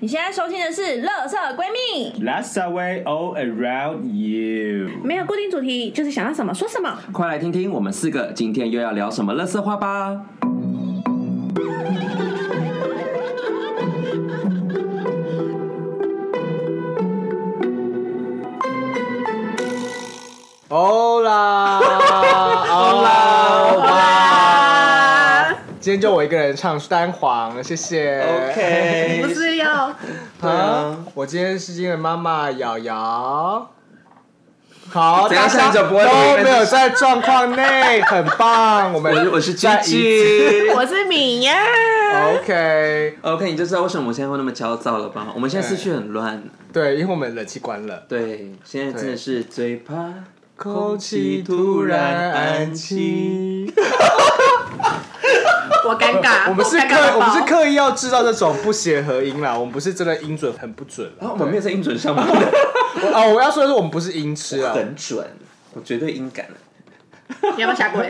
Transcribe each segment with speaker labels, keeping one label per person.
Speaker 1: 你现在收听的是《乐色闺蜜》，
Speaker 2: Let's away all around you。
Speaker 1: 没有固定主题，就是想要什么说什么。
Speaker 3: 快来听听我们四个今天又要聊什么乐色话吧！
Speaker 4: Hola，
Speaker 3: 啦
Speaker 4: 今天就我一个人唱单簧，谢谢。
Speaker 3: ，OK，
Speaker 1: 不是要
Speaker 4: 好、我今天是今天的妈妈瑶瑶。好，
Speaker 3: 怎样
Speaker 4: 大家
Speaker 3: 现在就不会
Speaker 4: 都没有在状况内，很棒。我们
Speaker 3: 我我是
Speaker 4: 在
Speaker 3: Gigi。
Speaker 1: 我是米呀，
Speaker 4: OK，
Speaker 3: OK，你就知道为什么我现在会那么焦躁了吧？我们现在思绪很乱，
Speaker 4: 对，因为我们冷气关了，
Speaker 3: 对，现在真的是最怕
Speaker 4: 空气突然安静。
Speaker 1: 我尴尬，
Speaker 4: 我们是
Speaker 1: 尴尬
Speaker 4: 刻，
Speaker 1: 到
Speaker 4: 我
Speaker 1: 爆
Speaker 4: 们是刻意要制造这种不协和音啦，我们不是真的音准很不准啦。
Speaker 3: 然后啊我们没有在音准上吗？
Speaker 4: 我哦，我要说的是我们不是音痴啊，
Speaker 3: 很准，我绝对音感。
Speaker 1: 你要不要下跪？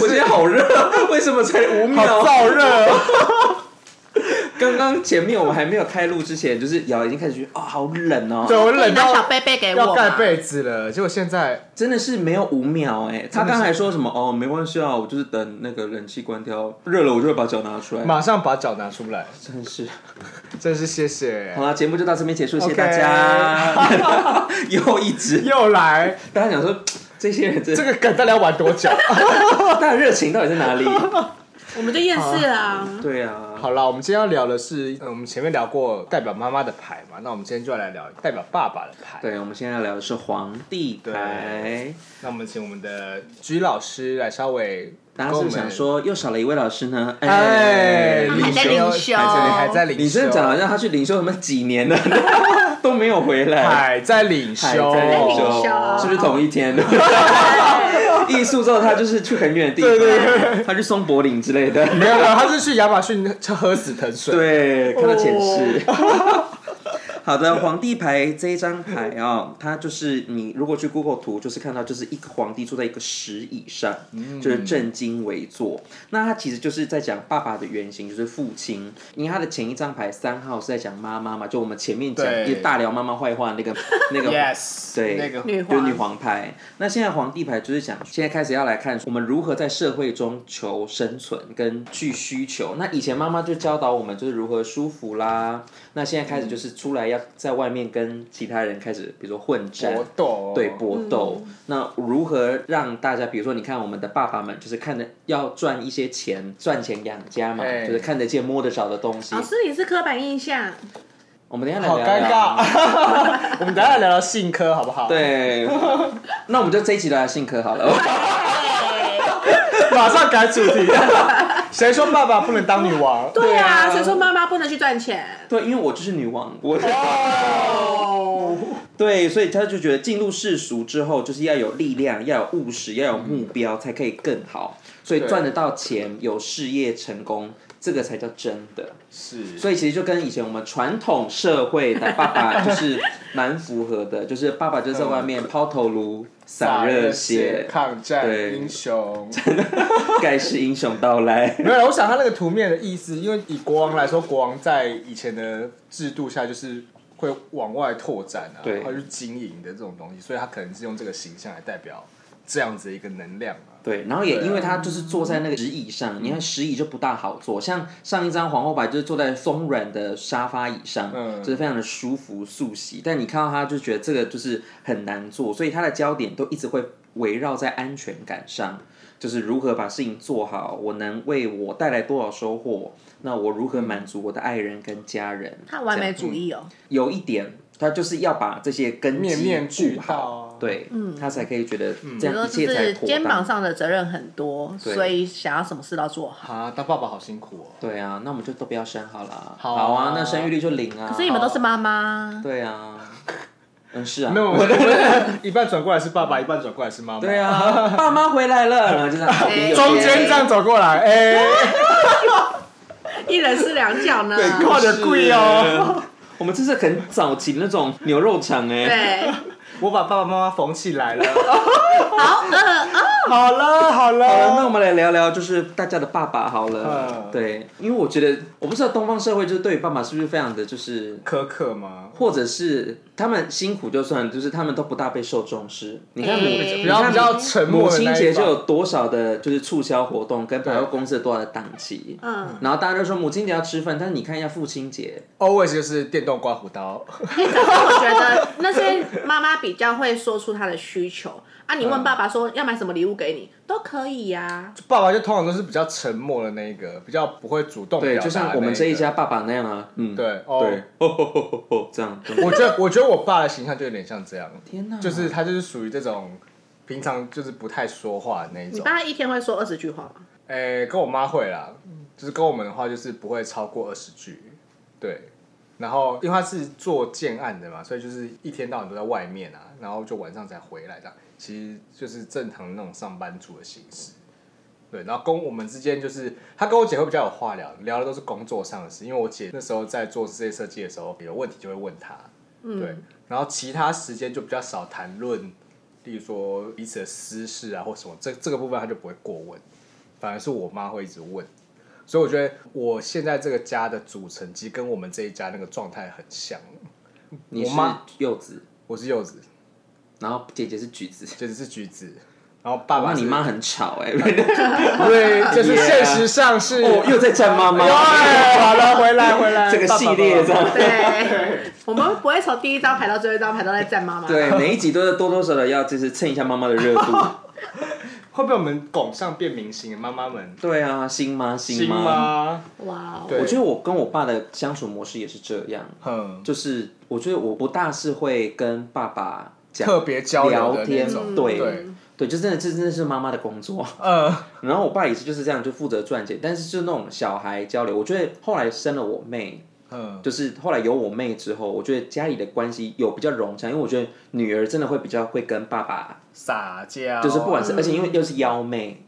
Speaker 3: 我现在好热，啊 为什么才五
Speaker 4: 好
Speaker 3: 秒？
Speaker 4: 燥热 哦。
Speaker 3: 刚刚前面我们还没有开录之前，就是瑶已经开始觉得哦好冷哦，
Speaker 4: 对我
Speaker 1: 你
Speaker 4: 冷
Speaker 1: 拿
Speaker 4: 到
Speaker 1: 小贝贝给我
Speaker 4: 要盖
Speaker 1: 嘛。
Speaker 4: 被子了，结果现在
Speaker 3: 真的是没有五秒哎、他刚才说什么哦没关系啊，我就是等那个冷气关掉，热了我就会把脚拿出来。
Speaker 4: 马上把脚拿出来，
Speaker 3: 真是，
Speaker 4: 真是谢谢
Speaker 3: 好。啦，节目就到这边结束，谢谢
Speaker 4: OK
Speaker 3: 大家。 又一直，
Speaker 4: 又来
Speaker 3: 大家想说这些人真
Speaker 4: 这
Speaker 3: 的，
Speaker 4: 个梗，到底要玩多久？
Speaker 3: 大家热情到底在哪里？
Speaker 1: 我们就厌世啦。
Speaker 3: 对啊，
Speaker 4: 好啦，我们今天要聊的是，呃我们前面聊过代表妈妈的牌嘛，那我们今天就要来聊代表爸爸的牌。
Speaker 3: 对，我们现在要聊的是皇帝牌。
Speaker 4: 那我们请我们的鞠老师来稍微
Speaker 3: 大
Speaker 4: 跟
Speaker 3: 家
Speaker 4: 我
Speaker 3: 是不
Speaker 4: 们，
Speaker 3: 是想说又少了一位老师呢？
Speaker 4: 哎，
Speaker 1: 他还在灵修
Speaker 4: 还在还在领
Speaker 3: 你真的讲好像他去领修什么几年了， 都没有回来，
Speaker 4: 还在领
Speaker 3: 还在领
Speaker 4: 修，
Speaker 3: 修，是不是同一天？艺术之后他就是去很远的地方，他去松柏岭之类的，
Speaker 4: 没有没有，他是去亚马逊喝死藤水。
Speaker 3: 对，看到前世。 好的，皇帝牌这一张牌哦，它就是你如果去 Google 图，就是看到就是一个皇帝坐在一个石椅上，就是正襟危坐。那它其实就是在讲爸爸的原型，就是父亲。因为它的前一张牌三号是在讲妈妈嘛，就我们前面讲
Speaker 4: 对
Speaker 3: 也大聊妈妈坏话那个那个
Speaker 4: Yes，
Speaker 3: 对，
Speaker 4: 那个
Speaker 1: 女
Speaker 3: 就是
Speaker 1: 皇
Speaker 3: 女皇牌。那现在皇帝牌就是讲，现在开始要来看我们如何在社会中求生存跟去需求。那以前妈妈就教导我们就是如何舒服啦，那现在开始就是出来要在外面跟其他人开始，比如说混战
Speaker 4: 搏。斗，
Speaker 3: 对搏斗，那如何让大家，比如说，你看我们的爸爸们，就是看着要赚一些钱，赚钱养家嘛，
Speaker 4: 哎
Speaker 3: 就是看得见摸得着的东西
Speaker 1: 老。师，啊你是刻板印象，
Speaker 3: 我们等一下来
Speaker 4: 好
Speaker 3: 聊
Speaker 4: 尴
Speaker 3: 聊。
Speaker 4: 尬。 我们等一下聊聊性科好不好？，
Speaker 3: 对， 那我们就这一集来性科好了。
Speaker 4: 马上改主题。谁说爸爸不能当女王？
Speaker 1: 对
Speaker 3: 啊
Speaker 1: 啊，谁说妈妈不能去赚钱？
Speaker 3: 对，啊因为我就是女王，我
Speaker 4: 哦，
Speaker 3: 对，所以他就觉得进入世俗之后，就是要有力量，要有务实，要有目标，才可以更好。所以
Speaker 4: 对
Speaker 3: 赚得到钱，有事业成功，这个才叫真的。
Speaker 4: 是，
Speaker 3: 所以其实就跟以前我们传统社会的爸 爸就是蛮符合的，就是爸爸就在外面抛头颅、洒嗯热血，
Speaker 4: 抗战
Speaker 3: 对
Speaker 4: 英雄。
Speaker 3: 盖世英雄到来。
Speaker 4: 没有，我想他那个图面的意思，因为以国王来说，国王在以前的制度下就是。会往外拓展啊，
Speaker 3: 对
Speaker 4: 或者是经营的这种东西，所以他可能是用这个形象来代表这样子的一个能量啊。
Speaker 3: 对，然后也因为他就是坐在那个石椅上，你看石椅就不大好坐，像上一张皇后牌就是坐在松软的沙发椅上，
Speaker 4: 嗯
Speaker 3: 就是非常的舒服素席。但你看到他就觉得这个就是很难做，所以他的焦点都一直会围绕在安全感上，就是如何把事情做好，我能为我带来多少收获，那我如何满足我的爱人跟家人。
Speaker 1: 他完美主义哦。
Speaker 3: 有一点，他就是要把这些根基
Speaker 4: 面面俱
Speaker 3: 顾
Speaker 4: 到嗯
Speaker 3: 好
Speaker 4: 啊，
Speaker 3: 对，他才可以觉得这
Speaker 1: 嗯比如
Speaker 3: 样
Speaker 1: 说
Speaker 3: 嗯一
Speaker 1: 就
Speaker 3: 切才
Speaker 1: 是
Speaker 3: 妥
Speaker 1: 肩
Speaker 3: 当
Speaker 1: 膀。上的责任很多，
Speaker 3: 对
Speaker 1: 所以想要什么事都要做好。
Speaker 4: 啊，当爸爸好辛苦哦。
Speaker 3: 对啊，那我们就都不要生好了。
Speaker 4: 好啊
Speaker 3: 啊，那生育率就零啊。可
Speaker 1: 所以你们都是妈妈，
Speaker 3: 对 啊，嗯是啊，
Speaker 4: 没有，我的 一半转过来是爸爸，一半转过来是妈妈。
Speaker 3: 对，啊，爸妈回来了，然后就这
Speaker 1: 哎
Speaker 3: 样好朋友
Speaker 4: 中间这样走过来，哎、
Speaker 1: 一人是两脚呢。
Speaker 4: 靠得贵哦。
Speaker 3: 我们这是很早期那种牛肉肠哎、
Speaker 1: 对，
Speaker 4: 我把爸爸妈妈缝起来了。
Speaker 1: 呃
Speaker 4: 好了好了，
Speaker 3: 好了，那我们来聊聊就是大家的爸爸好了。
Speaker 4: 嗯
Speaker 3: 对，因为我觉得我不知道东方社会就是对于爸爸是不是非常的就是。
Speaker 4: 苛刻吗？
Speaker 3: 或者是他们辛苦就算了，就是他们都不大被受重视。你看母，
Speaker 1: 哎
Speaker 3: 你
Speaker 4: 比较
Speaker 3: 看
Speaker 4: 比较沉
Speaker 3: 母
Speaker 4: 默的
Speaker 3: 亲
Speaker 4: 那一
Speaker 3: 节
Speaker 4: 方
Speaker 3: 就有多少的，就是促销活动跟百货公司有多少的档期，
Speaker 1: 嗯，
Speaker 3: 然后大家就说母亲节要吃饭，但是你看一下父亲节，
Speaker 4: always 就是电动刮胡刀，
Speaker 1: 我觉得那些妈妈比较会说出她的需求啊。你问爸爸说要买什么礼物给你，都可以呀、
Speaker 4: 爸爸就通常都是比较沉默的那一个，比较不会主动表
Speaker 3: 对，
Speaker 4: 达的那个。
Speaker 3: 就像我们这一家爸爸那样啊，嗯，
Speaker 4: 对哦
Speaker 3: 对，这样，这样
Speaker 4: 我觉得，我觉得我爸的形象就有点像这样，
Speaker 3: 天哪，
Speaker 4: 就是他就是属于这种平常就是不太说话的那一
Speaker 1: 你
Speaker 4: 种。
Speaker 1: 爸一天会说二十句话吗？
Speaker 4: 诶、跟我妈会啦，就是跟我们的话就是不会超过二十句，对。然后因为他是做建案的嘛，所以就是一天到晚都在外面啊，然后就晚上才回来的，其实就是正常的那种上班族的形式。对，然后跟我们之间就是，他跟我姐会比较有话聊，聊的都是工作上的事。因为我姐那时候在做室内设计的时候，有问题就会问他，对。然后其他时间就比较少谈论，例如说彼此的私事啊或什么，这这个部分他就不会过问。反而是我妈会一直问，所以我觉得我现在这个家的组成其实跟我们这一家那个状态很像。
Speaker 3: 你
Speaker 4: 我
Speaker 3: 是
Speaker 4: 妈
Speaker 3: 柚子，
Speaker 4: 我是柚子，
Speaker 3: 然后姐姐是橘子，
Speaker 4: 姐姐是橘子，然后爸
Speaker 3: 哇，
Speaker 4: 爸是
Speaker 3: 哦你妈，很吵哎，
Speaker 4: 对，就是
Speaker 3: Yeah
Speaker 4: 现实上是。
Speaker 3: 哦，又在占妈妈，
Speaker 4: 哎好了，回来回来，
Speaker 3: 这个
Speaker 4: 爸爸
Speaker 3: 系列这。
Speaker 4: 爸爸
Speaker 3: 样。
Speaker 1: 对， 我们不会从第一张排到最后一张排都在赞妈妈。
Speaker 3: 对，每一集都是多多少少要就是蹭一下妈妈的热度。
Speaker 4: 会被我们拱上变明星，妈妈们
Speaker 3: 对啊，新妈新妈，
Speaker 4: 吗？
Speaker 1: 哇哦，
Speaker 4: 对
Speaker 3: 我觉得我跟我爸的相处模式也是这样，
Speaker 4: 嗯，
Speaker 3: 就是我觉得我不大是会跟爸爸讲
Speaker 4: 特别交流
Speaker 3: 聊
Speaker 4: 的那
Speaker 3: 天
Speaker 4: 种，，
Speaker 3: 对
Speaker 4: 对，
Speaker 3: 对，就真的这真的是妈妈的工作。
Speaker 4: 呃，
Speaker 3: 然后我爸也是就是这样，就负责赚钱，但是就那种小孩交流，我觉得后来生了我妹，
Speaker 4: 嗯，
Speaker 3: 就是后来有我妹之后，我觉得家里的关系有比较融洽，因为我觉得女儿真的会比较会跟爸爸，
Speaker 4: 撒娇，
Speaker 3: 就是不管是、而且因为又是幺妹，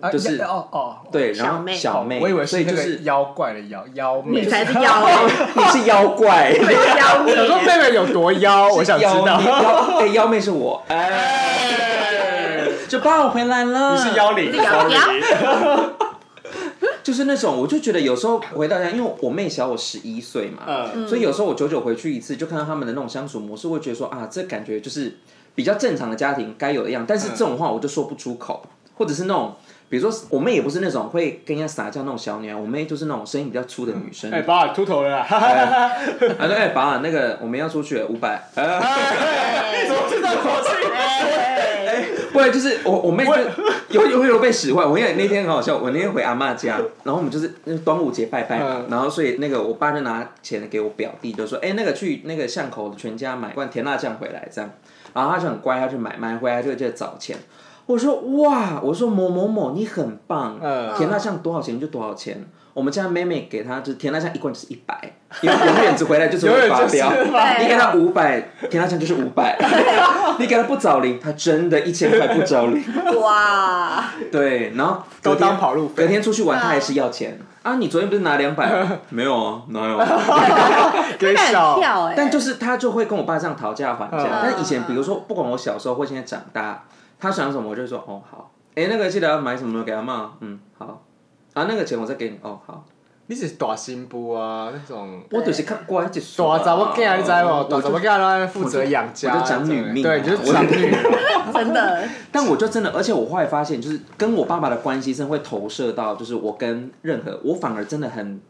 Speaker 4: 啊
Speaker 3: 就是
Speaker 4: 要哦哦，
Speaker 3: 对，然
Speaker 1: 小
Speaker 3: 后
Speaker 1: 妹
Speaker 3: 小妹，
Speaker 4: 我以为
Speaker 3: 所
Speaker 4: 是
Speaker 3: 以
Speaker 4: 那
Speaker 3: 就
Speaker 4: 个
Speaker 3: 是
Speaker 4: 妖怪的妖妖妹，
Speaker 1: 你才是妖欸，
Speaker 3: 你是妖怪，
Speaker 1: 妖
Speaker 4: 我说
Speaker 1: 孽。
Speaker 4: 妹妹有多妖， 我想知
Speaker 3: 妖
Speaker 4: 道
Speaker 3: 妹。妖哎妖妹是我，
Speaker 4: 嗯
Speaker 3: 哎，就爸我回来了，
Speaker 4: 你是妖灵
Speaker 1: 你是妖
Speaker 4: ，sorry。
Speaker 3: 就是那种，我就觉得有时候回到家，因为我妹小我十一岁嘛，
Speaker 4: 嗯
Speaker 3: 所以有时候我久久回去一次，就看到他们的那种相处模式，我会觉得说啊，这感觉就是比较正常的家庭该有的样。但是这种话我就说不出口，
Speaker 4: 嗯
Speaker 3: 或者是那种，比如说我妹也不是那种会跟人家撒娇那种小女孩，我妹就是那种声音比较粗的女生。
Speaker 4: 哎，爸，秃头了啦，哈哈哈哈
Speaker 3: 啊，对，哎，爸，那个我们要出去五百，呃
Speaker 4: 怎么知道我是？
Speaker 3: 不然就是我我妹就 有有有被使坏。我因为那天很好笑，我那天回阿嬷家，然后我们就是那端午节拜拜嘛
Speaker 4: 嗯，
Speaker 3: 然后所以那个我爸就拿钱给我表弟，就说：“哎、那个去那个巷口全家买罐甜辣酱回来，这样。”然后他就很乖，他去买，买回来就就找钱。我说哇，我说某某某，你很棒，
Speaker 4: 嗯
Speaker 3: 甜辣酱多少钱就多少钱。我们家妹妹给他就是甜辣酱一罐就是一百，因为永远只回来就是
Speaker 4: 永
Speaker 3: 会
Speaker 4: 远
Speaker 3: 发
Speaker 4: 就是
Speaker 3: 飙。
Speaker 1: 对
Speaker 3: 你给他五百，甜辣酱就是五 百。你给他不找零，他真的一千块不找 零。
Speaker 1: 哇，
Speaker 3: 对，然后
Speaker 4: 都
Speaker 3: 隔天
Speaker 4: 当跑路费
Speaker 3: 隔天出去玩，他还是要钱啊！你昨天不是拿两百？ 没有啊，哪有？
Speaker 4: 给
Speaker 1: 那很
Speaker 4: 小，
Speaker 1: 跳哎，
Speaker 3: 但就是他就会跟我爸这样讨价还价。
Speaker 4: 嗯
Speaker 3: 但以前比如说，不管我小时候或现在长大，他想什么我就说哦好。哎，那个记得要买什么给阿妈，嗯好。啊，那个钱我再给你哦好。
Speaker 4: 你是大新妇啊，那种
Speaker 3: 我就是看乖一撮啊
Speaker 4: 大查某囝，你知
Speaker 3: 我
Speaker 4: 无？
Speaker 3: 就
Speaker 4: 大查某囝都负责养家，
Speaker 3: 我就长女命啊
Speaker 4: 对，你就是长女。
Speaker 1: 真的，
Speaker 3: 但我就真的，而且我后来发现，就是跟我爸爸的关系，真的会投射到，就是我跟任何，我反而真的很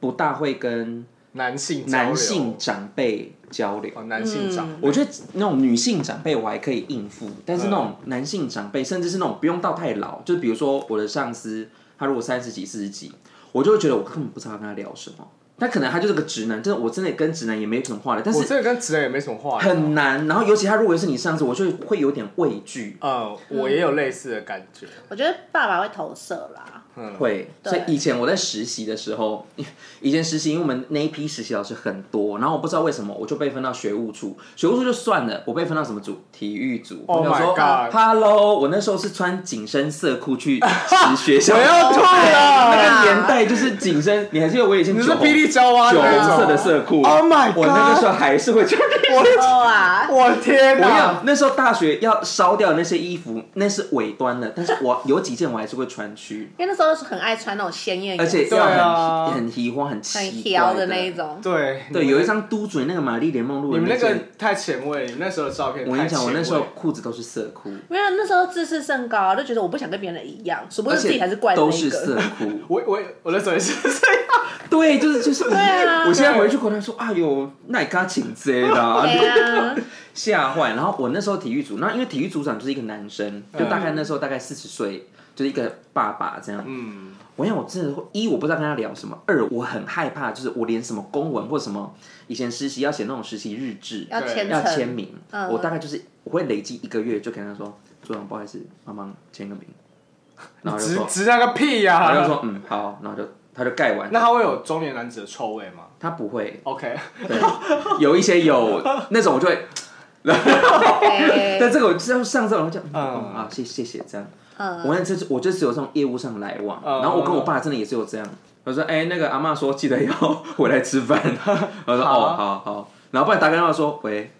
Speaker 3: 不大会跟
Speaker 4: 男性交流
Speaker 3: 男性长辈交流。
Speaker 4: 哦，男性长
Speaker 1: 嗯
Speaker 3: 我觉得那种女性长辈我还可以应付，但是那种男性长辈，甚至是那种不用到太老，就比如说我的上司，他如果三十几、四十几，我就会觉得我根本不知道跟他聊什么。他可能他就是个直男，真的我真的跟直男也没什么话聊，但
Speaker 4: 我
Speaker 3: 是
Speaker 4: 这个跟直男也没什么话聊。
Speaker 3: 很难。然后尤其他如果是你上司，我就会有点畏惧。
Speaker 4: 呃嗯，我也有类似的感觉。
Speaker 1: 我觉得爸爸会投射啦。
Speaker 3: 会，
Speaker 1: 对
Speaker 3: 所以以前我在实习的时候， 以前实习，因为我们那一批实习老师很多，然后我不知道为什么我就被分到学务处，学务处就算了，我被分到什么组？体育组。
Speaker 4: Oh
Speaker 3: 我想说哦
Speaker 4: my god
Speaker 3: Hello，我那时候是穿紧身色裤 去实学校，
Speaker 4: 我要吐
Speaker 3: 那
Speaker 4: 了！
Speaker 3: 个年代就是紧身，你还记得我以前
Speaker 4: 你
Speaker 3: 酒
Speaker 4: 是
Speaker 3: 红
Speaker 4: 霹雳娇娃
Speaker 3: 酒
Speaker 4: 的那
Speaker 3: 红
Speaker 4: 种
Speaker 3: 色的色裤
Speaker 4: Oh my god！
Speaker 3: 我那个时候还是会穿。
Speaker 1: 哇，
Speaker 4: 我的天
Speaker 3: 我
Speaker 4: 哪
Speaker 3: 要！那时候大学要烧掉那些衣服，那是尾端的，但是我有几件我还是会穿去，
Speaker 1: 因为那时候是很爱穿那种鲜艳
Speaker 3: 而
Speaker 1: 颜色，
Speaker 3: 且要
Speaker 4: 对啊
Speaker 3: 很很奇花、很
Speaker 1: 很
Speaker 3: 奇
Speaker 1: 挑
Speaker 3: 怪
Speaker 1: 的那一。种。
Speaker 4: 对
Speaker 3: 对，有一张督嘴那个玛丽莲梦露
Speaker 4: 你
Speaker 3: 的
Speaker 4: 们那个
Speaker 3: 件，
Speaker 4: 太前卫，你们那时候的照片
Speaker 3: 我跟
Speaker 4: 太
Speaker 3: 你
Speaker 4: 前
Speaker 3: 讲，
Speaker 4: 卫。
Speaker 3: 我那时候裤子都是色裤，
Speaker 1: 因为那时候自视甚高，就觉得我不想跟别人一样，殊不
Speaker 3: 而
Speaker 1: 知自
Speaker 3: 且
Speaker 1: 己才是怪的那
Speaker 3: 都
Speaker 1: 一
Speaker 3: 是
Speaker 1: 个。
Speaker 3: 色裤。
Speaker 4: 我我我那时候也是这样。
Speaker 3: 对，就是就是。对
Speaker 1: 啊
Speaker 3: 我现在回去跟他说，哎呦，那你刚请这啦，
Speaker 1: 对啊，
Speaker 3: 吓坏。然后我那时候体育组，那因为体育组长就是一个男生，
Speaker 4: 嗯
Speaker 3: 就大概那时候大概四十岁，就是一个爸爸这样。
Speaker 4: 嗯，
Speaker 3: 我想我真的会一我不知道跟他聊什么，二我很害怕，就是我连什么公文或什么以前实习要写那种实习日志
Speaker 1: 要
Speaker 4: 对
Speaker 1: 虔
Speaker 3: 要
Speaker 1: 诚，
Speaker 3: 签名，
Speaker 1: 嗯
Speaker 3: 我大概就是我会累积一个月，就跟他说组长不好意思，帮忙签个名， 然后就
Speaker 4: 直
Speaker 3: 说，
Speaker 4: 直那个屁
Speaker 3: 然后就
Speaker 4: 呀！
Speaker 3: 说嗯好，然后就他就盖完，
Speaker 4: 那他会有中年男子的臭味吗
Speaker 3: 他不会，
Speaker 4: ？OK，
Speaker 3: 对，有一些有那种我就会，
Speaker 1: 哎
Speaker 3: 但这个我知道上这种我就嗯
Speaker 4: 嗯
Speaker 3: 嗯啊谢谢谢这样。
Speaker 1: 嗯，
Speaker 3: 我那次我就只有这种业务上来往，
Speaker 4: 嗯
Speaker 3: 然后我跟我爸真的也只有这样。我说：“哎、那个阿嬷说记得要 回来吃 饭。”我说：“
Speaker 4: 好啊
Speaker 3: 哦，好好。”然后不然打个电话说：“喂，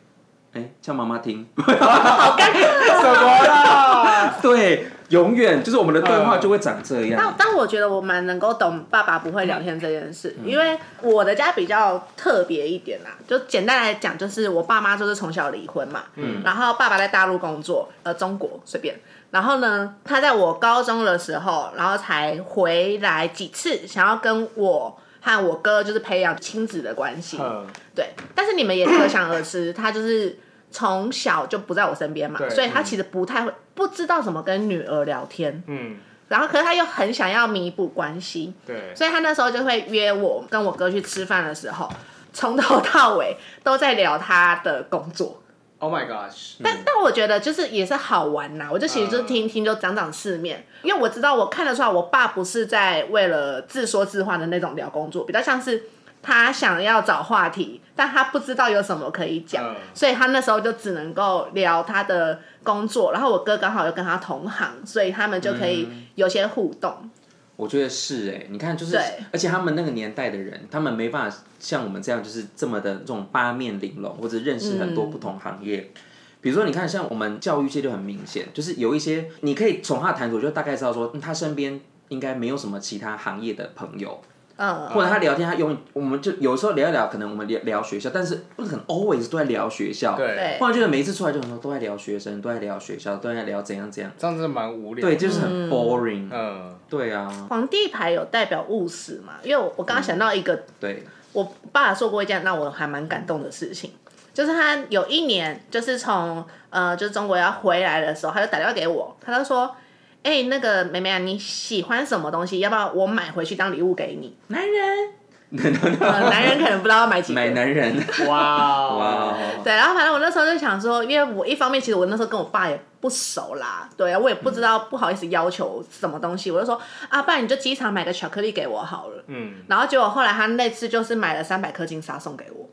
Speaker 3: 哎、叫妈妈听。
Speaker 4: 什么啦？”
Speaker 3: 对，永远就是我们的对
Speaker 4: 嗯
Speaker 3: 话就会长这样。
Speaker 1: 但但我觉得我蛮能够懂爸爸不会聊天这件事，因为我的家比较特别一点啦。就简单来讲，就是我爸妈就是从小离婚嘛，嗯，然后爸爸在大陆工作，呃，中国随便。然后呢，他在我高中的时候，然后才回来几次，想要跟我和我哥就是培养亲子的关系。
Speaker 4: 嗯，
Speaker 1: 对，但是你们也可想而知，他就是从小就不在我身边嘛
Speaker 4: 对，
Speaker 1: 所以他其实不太会，不知道怎么跟女儿聊天。
Speaker 4: 嗯，
Speaker 1: 然后，可是他又很想要弥补关系，
Speaker 4: 对，
Speaker 1: 所以他那时候就会约我跟我哥去吃饭的时候，从头到尾都在聊他的工作。
Speaker 4: Oh my gosh！
Speaker 3: 嗯
Speaker 1: 但但我觉得就是也是好玩呐，我就其实就听一听，就长长世面，因为我知道我看得出来，我爸不是在为了自说自话的那种聊工作，比较像是他想要找话题，但他不知道有什么可以讲，
Speaker 4: 嗯
Speaker 1: 所以他那时候就只能够聊他的工作，然后我哥刚好又跟他同行，所以他们就可以有些互动。
Speaker 3: 我觉得是哎、你看就是
Speaker 1: 对，
Speaker 3: 而且他们那个年代的人，他们没办法像我们这样，就是这么的这种八面玲珑，或者认识很多不同行业。比如说，你看像我们教育界就很明显，就是有一些你可以从他的谈吐就大概知道说，嗯他身边应该没有什么其他行业的朋友，
Speaker 1: 嗯，
Speaker 3: 或者他聊天，他永我们就有时候聊一聊，可能我们聊聊学校，但是不可能 always 都在聊学校。
Speaker 4: 对，
Speaker 1: 对
Speaker 3: 忽然觉得每一次出来就很多都在聊学生，都在聊学校，都在聊怎样怎样，
Speaker 4: 这样真的蛮无聊。
Speaker 3: 对，就是很 boring、
Speaker 4: 嗯，
Speaker 3: 对啊，
Speaker 1: 皇帝牌有代表务实嘛？因为我我刚刚想到一个
Speaker 3: 对，
Speaker 1: 我爸爸做过一件让我还蛮感动的事情，就是他有一年就是从呃就是中国要回来的时候，他就打电话给我，他就说：“哎、那个妹妹啊，你喜欢什么东西？要不要我买回去当礼物给你？”男人，呃男人可能不知道要买几 个
Speaker 3: 买。男人，
Speaker 4: 哇哦
Speaker 3: 哇，哦
Speaker 1: 对，然后反正我那时候就想说，因为我一方面其实我那时候跟我爸也不熟啦，对啊，我也不知道不好意思要求什么东西，我就说啊，不然你就机场买个巧克力给我好了。
Speaker 4: 嗯，
Speaker 1: 然后结果后来他那次就是买了三百颗金沙送给我，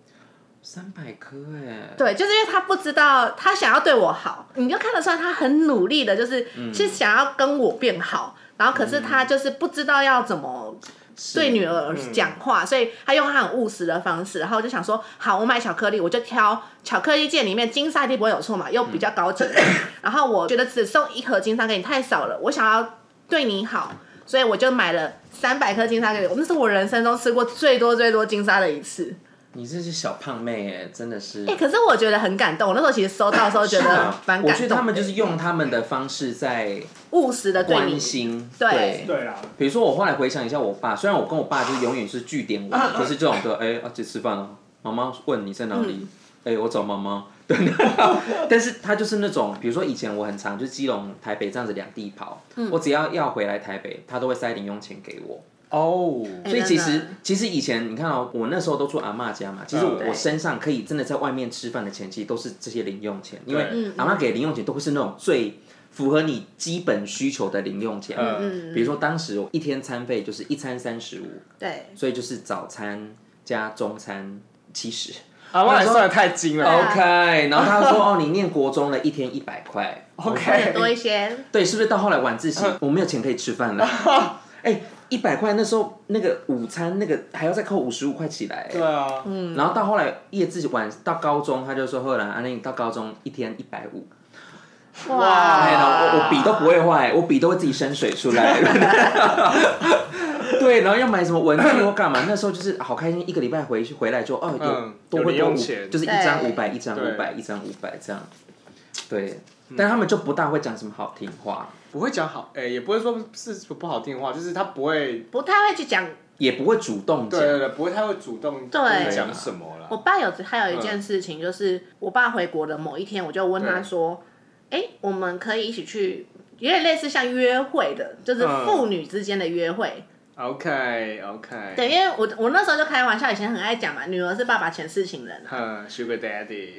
Speaker 3: 三百颗哎，
Speaker 1: 对，就是因为他不知道，他想要对我好，你就看得出来他很努力的，就是、是想要跟我变好，然后可是他就是不知道要怎么对女儿讲话，所以他用他很务实的方式，然后我就想说，好，我买巧克力，我就挑巧克力界里面金沙一定不会有错嘛，又比较高级，然后我觉得只送一盒金沙给你太少了，我想要对你好，所以我就买了三百颗金沙给你，那是我人生中吃过最多最多金沙的一次。
Speaker 3: 你这是小胖妹哎，真的是。啊
Speaker 1: 哎、可是我觉得很感动。我那时候其实收到的时候觉得蛮感动的。
Speaker 3: 我觉得他们就是用他们的方式在
Speaker 1: 务实的对
Speaker 3: 关
Speaker 1: 你，
Speaker 3: 心，
Speaker 1: 对
Speaker 4: 对啦，
Speaker 3: 比如说，我后来回想一下，我爸虽然我跟我爸就是永远是据点
Speaker 1: 嗯
Speaker 3: 我，可是这种的，哎、啊，姐吃饭了，妈妈问你在哪
Speaker 1: 嗯
Speaker 3: 里，哎、我找妈妈。 对，但是他就是那种，比如说以前我很常就是基隆、台北这样子两地跑，
Speaker 1: 嗯
Speaker 3: 我只要要回来台北，他都会塞零用钱给我。
Speaker 4: 哦，
Speaker 3: 所以其
Speaker 1: 真
Speaker 3: 实
Speaker 1: 的
Speaker 3: 其实以前你看哦，我那时候都住阿嬷家嘛，其实我
Speaker 4: 嗯
Speaker 3: 我身上可以真的在外面吃饭的钱，其实都是这些零用钱，因为
Speaker 4: 嗯
Speaker 1: 嗯
Speaker 3: 阿嬷给零用钱都会是那种最符合你基本需求的零用钱。
Speaker 4: 嗯
Speaker 3: 比如说当时我一天餐费就是一餐三十五，
Speaker 1: 对，
Speaker 3: 所以就是早餐加中餐七十。
Speaker 4: 阿啊妈也算的太精了，
Speaker 3: 哦 OK，然后他说哦，你念国中了，一天一百块。
Speaker 1: 或者多 一些，
Speaker 3: 对，是不是到后来晚自习，
Speaker 4: 嗯
Speaker 3: 我没有钱可以吃饭了？ 哎，一百块那时候那个午餐那个还要再扣五十五块起来。
Speaker 4: 对啊，
Speaker 3: 然后到后来夜自习晚到高中，他就说后来安妮到高中一天一百五，
Speaker 1: 哇
Speaker 4: 啊
Speaker 3: 哎，然后我我笔都不会坏，我笔都会自己生水出 来。对，然后要买什么文具或干嘛，那时候就是好开心，一个礼拜回去回来就哦
Speaker 4: 嗯
Speaker 3: 有多
Speaker 4: 有
Speaker 3: 会
Speaker 4: 零
Speaker 3: 多
Speaker 4: 用
Speaker 3: 五
Speaker 4: 钱
Speaker 3: 就是一张
Speaker 1: 对
Speaker 3: 五百，一张
Speaker 4: 对嗯
Speaker 3: 五百，一张五百这样。对，但他们就不大会讲什么好听话，
Speaker 4: 不会讲好，哎，也不会说是不好听的话，就是他不会，
Speaker 1: 不太会去讲。
Speaker 3: 也不会主动
Speaker 4: 对
Speaker 3: 讲。
Speaker 4: 对对，不会太会主动
Speaker 1: 对
Speaker 4: 讲什么了
Speaker 1: 我。爸有还有一件
Speaker 3: 嗯
Speaker 1: 事情，就是我爸回国的某一天，我就问他说：“哎、我们可以一起去，有点类似像约会的，就是
Speaker 4: 嗯
Speaker 1: 父女之间的约会。
Speaker 4: OK OK，
Speaker 1: 对，因为我我那时候就开玩笑，以前很爱讲嘛，女儿是爸爸前世情 人啊。
Speaker 4: 嗯，Sugar Daddy，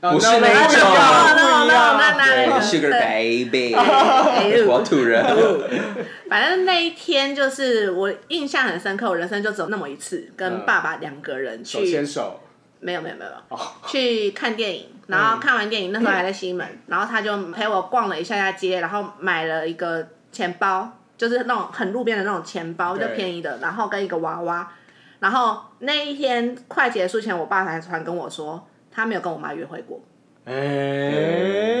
Speaker 3: 不是
Speaker 1: 那
Speaker 3: 那
Speaker 1: 那
Speaker 3: 种
Speaker 1: 那那那
Speaker 3: 对
Speaker 1: 那
Speaker 3: ，Sugar Baby，
Speaker 1: 哎呦
Speaker 3: 我土人。
Speaker 1: 反正那一天就是我印象很深刻，我人生就只有那么一次，跟爸爸两个人
Speaker 4: 手
Speaker 1: 去
Speaker 4: 牵，手，
Speaker 1: 没有没有没有，去看电影。然后看完电影，那时候还在西门，然后他就陪我逛了一下下街，然后买了一个钱包，就是那种很路边的那种钱包，就
Speaker 4: 对
Speaker 1: 便宜的，然后跟一个娃娃。然后那一天快结束前，我爸才突然跟我说，他没有跟我妈约会过。
Speaker 4: 哎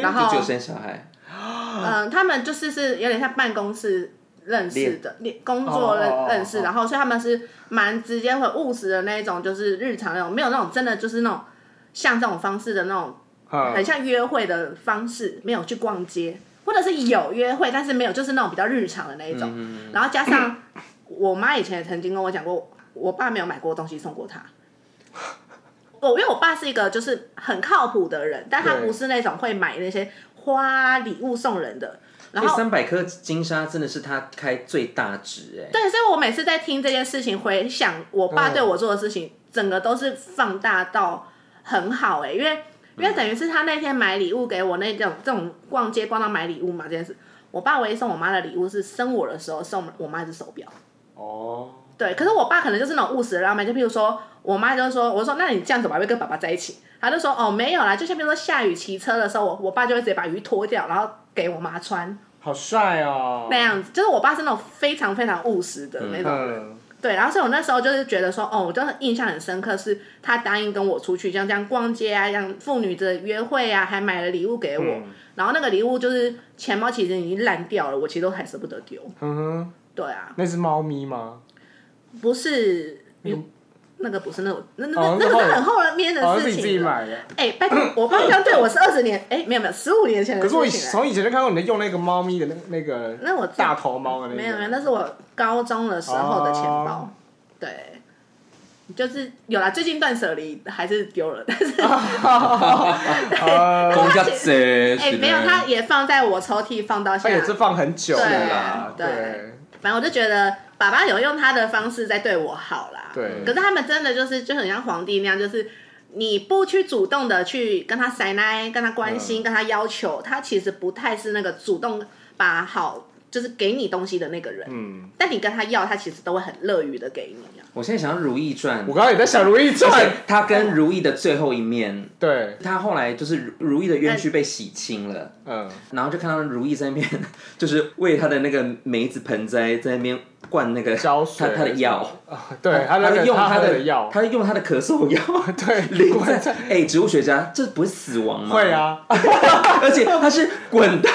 Speaker 1: 然后
Speaker 3: 就只有生小孩，
Speaker 1: 嗯，他们就是是有点像办公室认识的，恋工作认
Speaker 4: 哦哦哦
Speaker 1: 认识，
Speaker 4: 哦
Speaker 1: 然后所以他们是蛮直接会务实的那一种，就是日常那种，没有那种真的就是那种像这种方式的那种，很像约会的方式，没有去逛街，或者是有约会，但是没有就是那种比较日常的那一种，然后加上我妈以前也曾经跟我讲过，我爸没有买过东西送过她。我因为我爸是一个就是很靠谱的人，但他
Speaker 4: 对
Speaker 1: 不是那种会买那些花礼物送人的。然
Speaker 3: 这
Speaker 1: 后
Speaker 3: 三百颗金沙真的是他开最大值哎、
Speaker 1: 对，所以我每次在听这件事情，回想我爸对我做的事情，整个都是放大到很好哎、因为因为等于是他那天买礼物给我那种这种逛街逛到买礼物嘛这件事，我爸唯一送我妈的礼物是生我的时候送我妈一只手表。
Speaker 4: 哦，
Speaker 1: 对，可是我爸可能就是那种务实的浪漫，就譬如说，我妈就说，我说那你这样怎么还会跟爸爸在一起？他就说哦没有啦，就像比如说下雨骑车的时候，我我爸就会直接把雨衣脱掉，然后给我妈穿
Speaker 4: 好帅哦，
Speaker 1: 那样子，就是我爸是那种非常非常务实的那种。
Speaker 4: 嗯，
Speaker 1: 对，然后所以我那时候就是觉得说，哦，我真的印象很深刻，是他答应跟我出去，像这样逛街啊，像父女的约会啊，还买了礼物给我。
Speaker 4: 嗯
Speaker 1: 然后那个礼物就是钱包，其实已经烂掉了，我其实都还舍不得丢。
Speaker 4: 嗯哼，
Speaker 1: 对啊，
Speaker 4: 那是猫咪吗？
Speaker 1: 不是，那个不是那种，那那
Speaker 4: 哦那
Speaker 1: 那那个
Speaker 4: 个
Speaker 1: 是很后面的
Speaker 4: 哦，是
Speaker 1: 事
Speaker 4: 你自己
Speaker 1: 情了。
Speaker 4: 买的。
Speaker 1: 哎、拜托，我爸这样对我是二十年，哎、没有没有，十五年前的
Speaker 4: 可是
Speaker 1: 事情了。
Speaker 4: 我以从以前就看过你在用那个猫咪的那那个
Speaker 1: 那我
Speaker 4: 大头猫的那个，
Speaker 1: 没有没有，那是我高中的时候的钱
Speaker 4: 哦。
Speaker 1: 包对，就是有啦，最近断舍离还是丢了，但是
Speaker 4: 啊，
Speaker 3: 公家贼，
Speaker 1: 哎、没有，他也放在我抽屉，放到
Speaker 4: 它
Speaker 1: 现
Speaker 4: 也
Speaker 1: 在。
Speaker 4: 是放很久了啦，
Speaker 1: 对
Speaker 4: 对
Speaker 1: 反正我就觉得爸爸有用他的方式在对我好啦。。
Speaker 4: 对
Speaker 1: 可是他们真的就是就很像皇帝那样，就是你不去主动的去跟他塞奶、跟他关
Speaker 4: 嗯
Speaker 1: 心、跟他要求，他其实不太是那个主动把好就是给你东西的那个人。
Speaker 4: 嗯，
Speaker 1: 但你跟他要，他其实都会很乐于的给你啊。
Speaker 3: 我现在想要《如懿传
Speaker 4: 我》，刚刚也在想《如懿传
Speaker 3: 而》且，他跟如懿的最后一面，
Speaker 4: 对，
Speaker 3: 他后来就是如懿的冤屈被洗清了，
Speaker 4: 嗯，
Speaker 3: 然后就看到如懿在那边 就是为他的那个梅子盆栽在那边灌那个
Speaker 4: 浇水
Speaker 3: 他他的药，
Speaker 4: 对，他那
Speaker 3: 就
Speaker 4: 个
Speaker 3: 用
Speaker 4: 他
Speaker 3: 哦他
Speaker 4: 喝
Speaker 3: 的
Speaker 4: 的药，
Speaker 3: 他用他的咳嗽药
Speaker 4: 对，
Speaker 3: 淋在哦哎植物学家，这不是死亡吗？
Speaker 4: 会，啊，
Speaker 3: 而且他是滚烫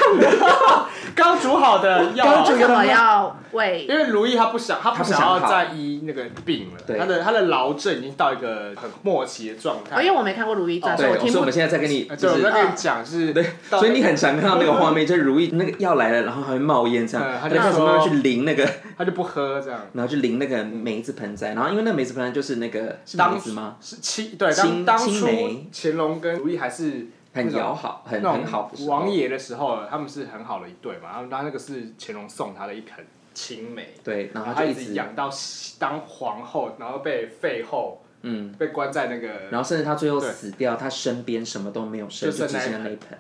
Speaker 4: 刚煮好的药，
Speaker 3: 刚煮
Speaker 1: 为什么要为
Speaker 4: 因为如懿她不想，她不想
Speaker 3: 她不
Speaker 4: 要
Speaker 3: 想
Speaker 4: 再医那个病了，
Speaker 3: 对
Speaker 4: 她的她的劳症已经到一个很末期的状
Speaker 1: 哦，
Speaker 4: 态。
Speaker 1: 因为我没看过《如懿传》，
Speaker 4: 哦
Speaker 1: 所以
Speaker 3: 对，
Speaker 1: 我
Speaker 3: 所
Speaker 1: 听
Speaker 3: 以我
Speaker 1: 不
Speaker 3: 们现在在跟你
Speaker 4: 呃对，
Speaker 3: 哎就
Speaker 4: 我
Speaker 3: 是啊
Speaker 4: 在跟你讲是，
Speaker 3: 对，
Speaker 4: 到
Speaker 3: 所以你很常看到那个 画面，就是如意那个药来了，然后还会冒烟这样，
Speaker 4: 嗯
Speaker 3: 他
Speaker 4: 他
Speaker 3: 就
Speaker 4: 就
Speaker 3: 开始慢慢
Speaker 4: 说
Speaker 3: 去淋那个，
Speaker 4: 她就不喝这样。
Speaker 3: 然后去淋那个梅子盆栽，然后因为那个梅子盆栽就是那个是梅
Speaker 4: 当
Speaker 3: 子吗？
Speaker 4: 是青对，
Speaker 3: 青
Speaker 4: 当当
Speaker 3: 青
Speaker 4: 初
Speaker 3: 梅
Speaker 4: 乾隆跟如懿还是
Speaker 3: 很
Speaker 4: 那种
Speaker 3: 友好，很
Speaker 4: 那
Speaker 3: 很好的时
Speaker 4: 种
Speaker 3: 候，
Speaker 4: 王爷的时候，他们是很好的一对嘛。然后他那个是乾隆送她的一盆青梅，
Speaker 3: 对，然
Speaker 4: 然
Speaker 3: 后
Speaker 4: 后
Speaker 3: 他
Speaker 4: 她
Speaker 3: 就一
Speaker 4: 一
Speaker 3: 直
Speaker 4: 直养到当皇后，然后被废后，
Speaker 3: 嗯，
Speaker 4: 被关在那个
Speaker 3: 然后甚至他最后
Speaker 4: 对
Speaker 3: 死掉，他身边什么都没有剩，
Speaker 4: 就
Speaker 3: 就
Speaker 4: 剩
Speaker 3: 只剩
Speaker 4: 那一
Speaker 3: 下
Speaker 4: 盆
Speaker 3: 那一盆，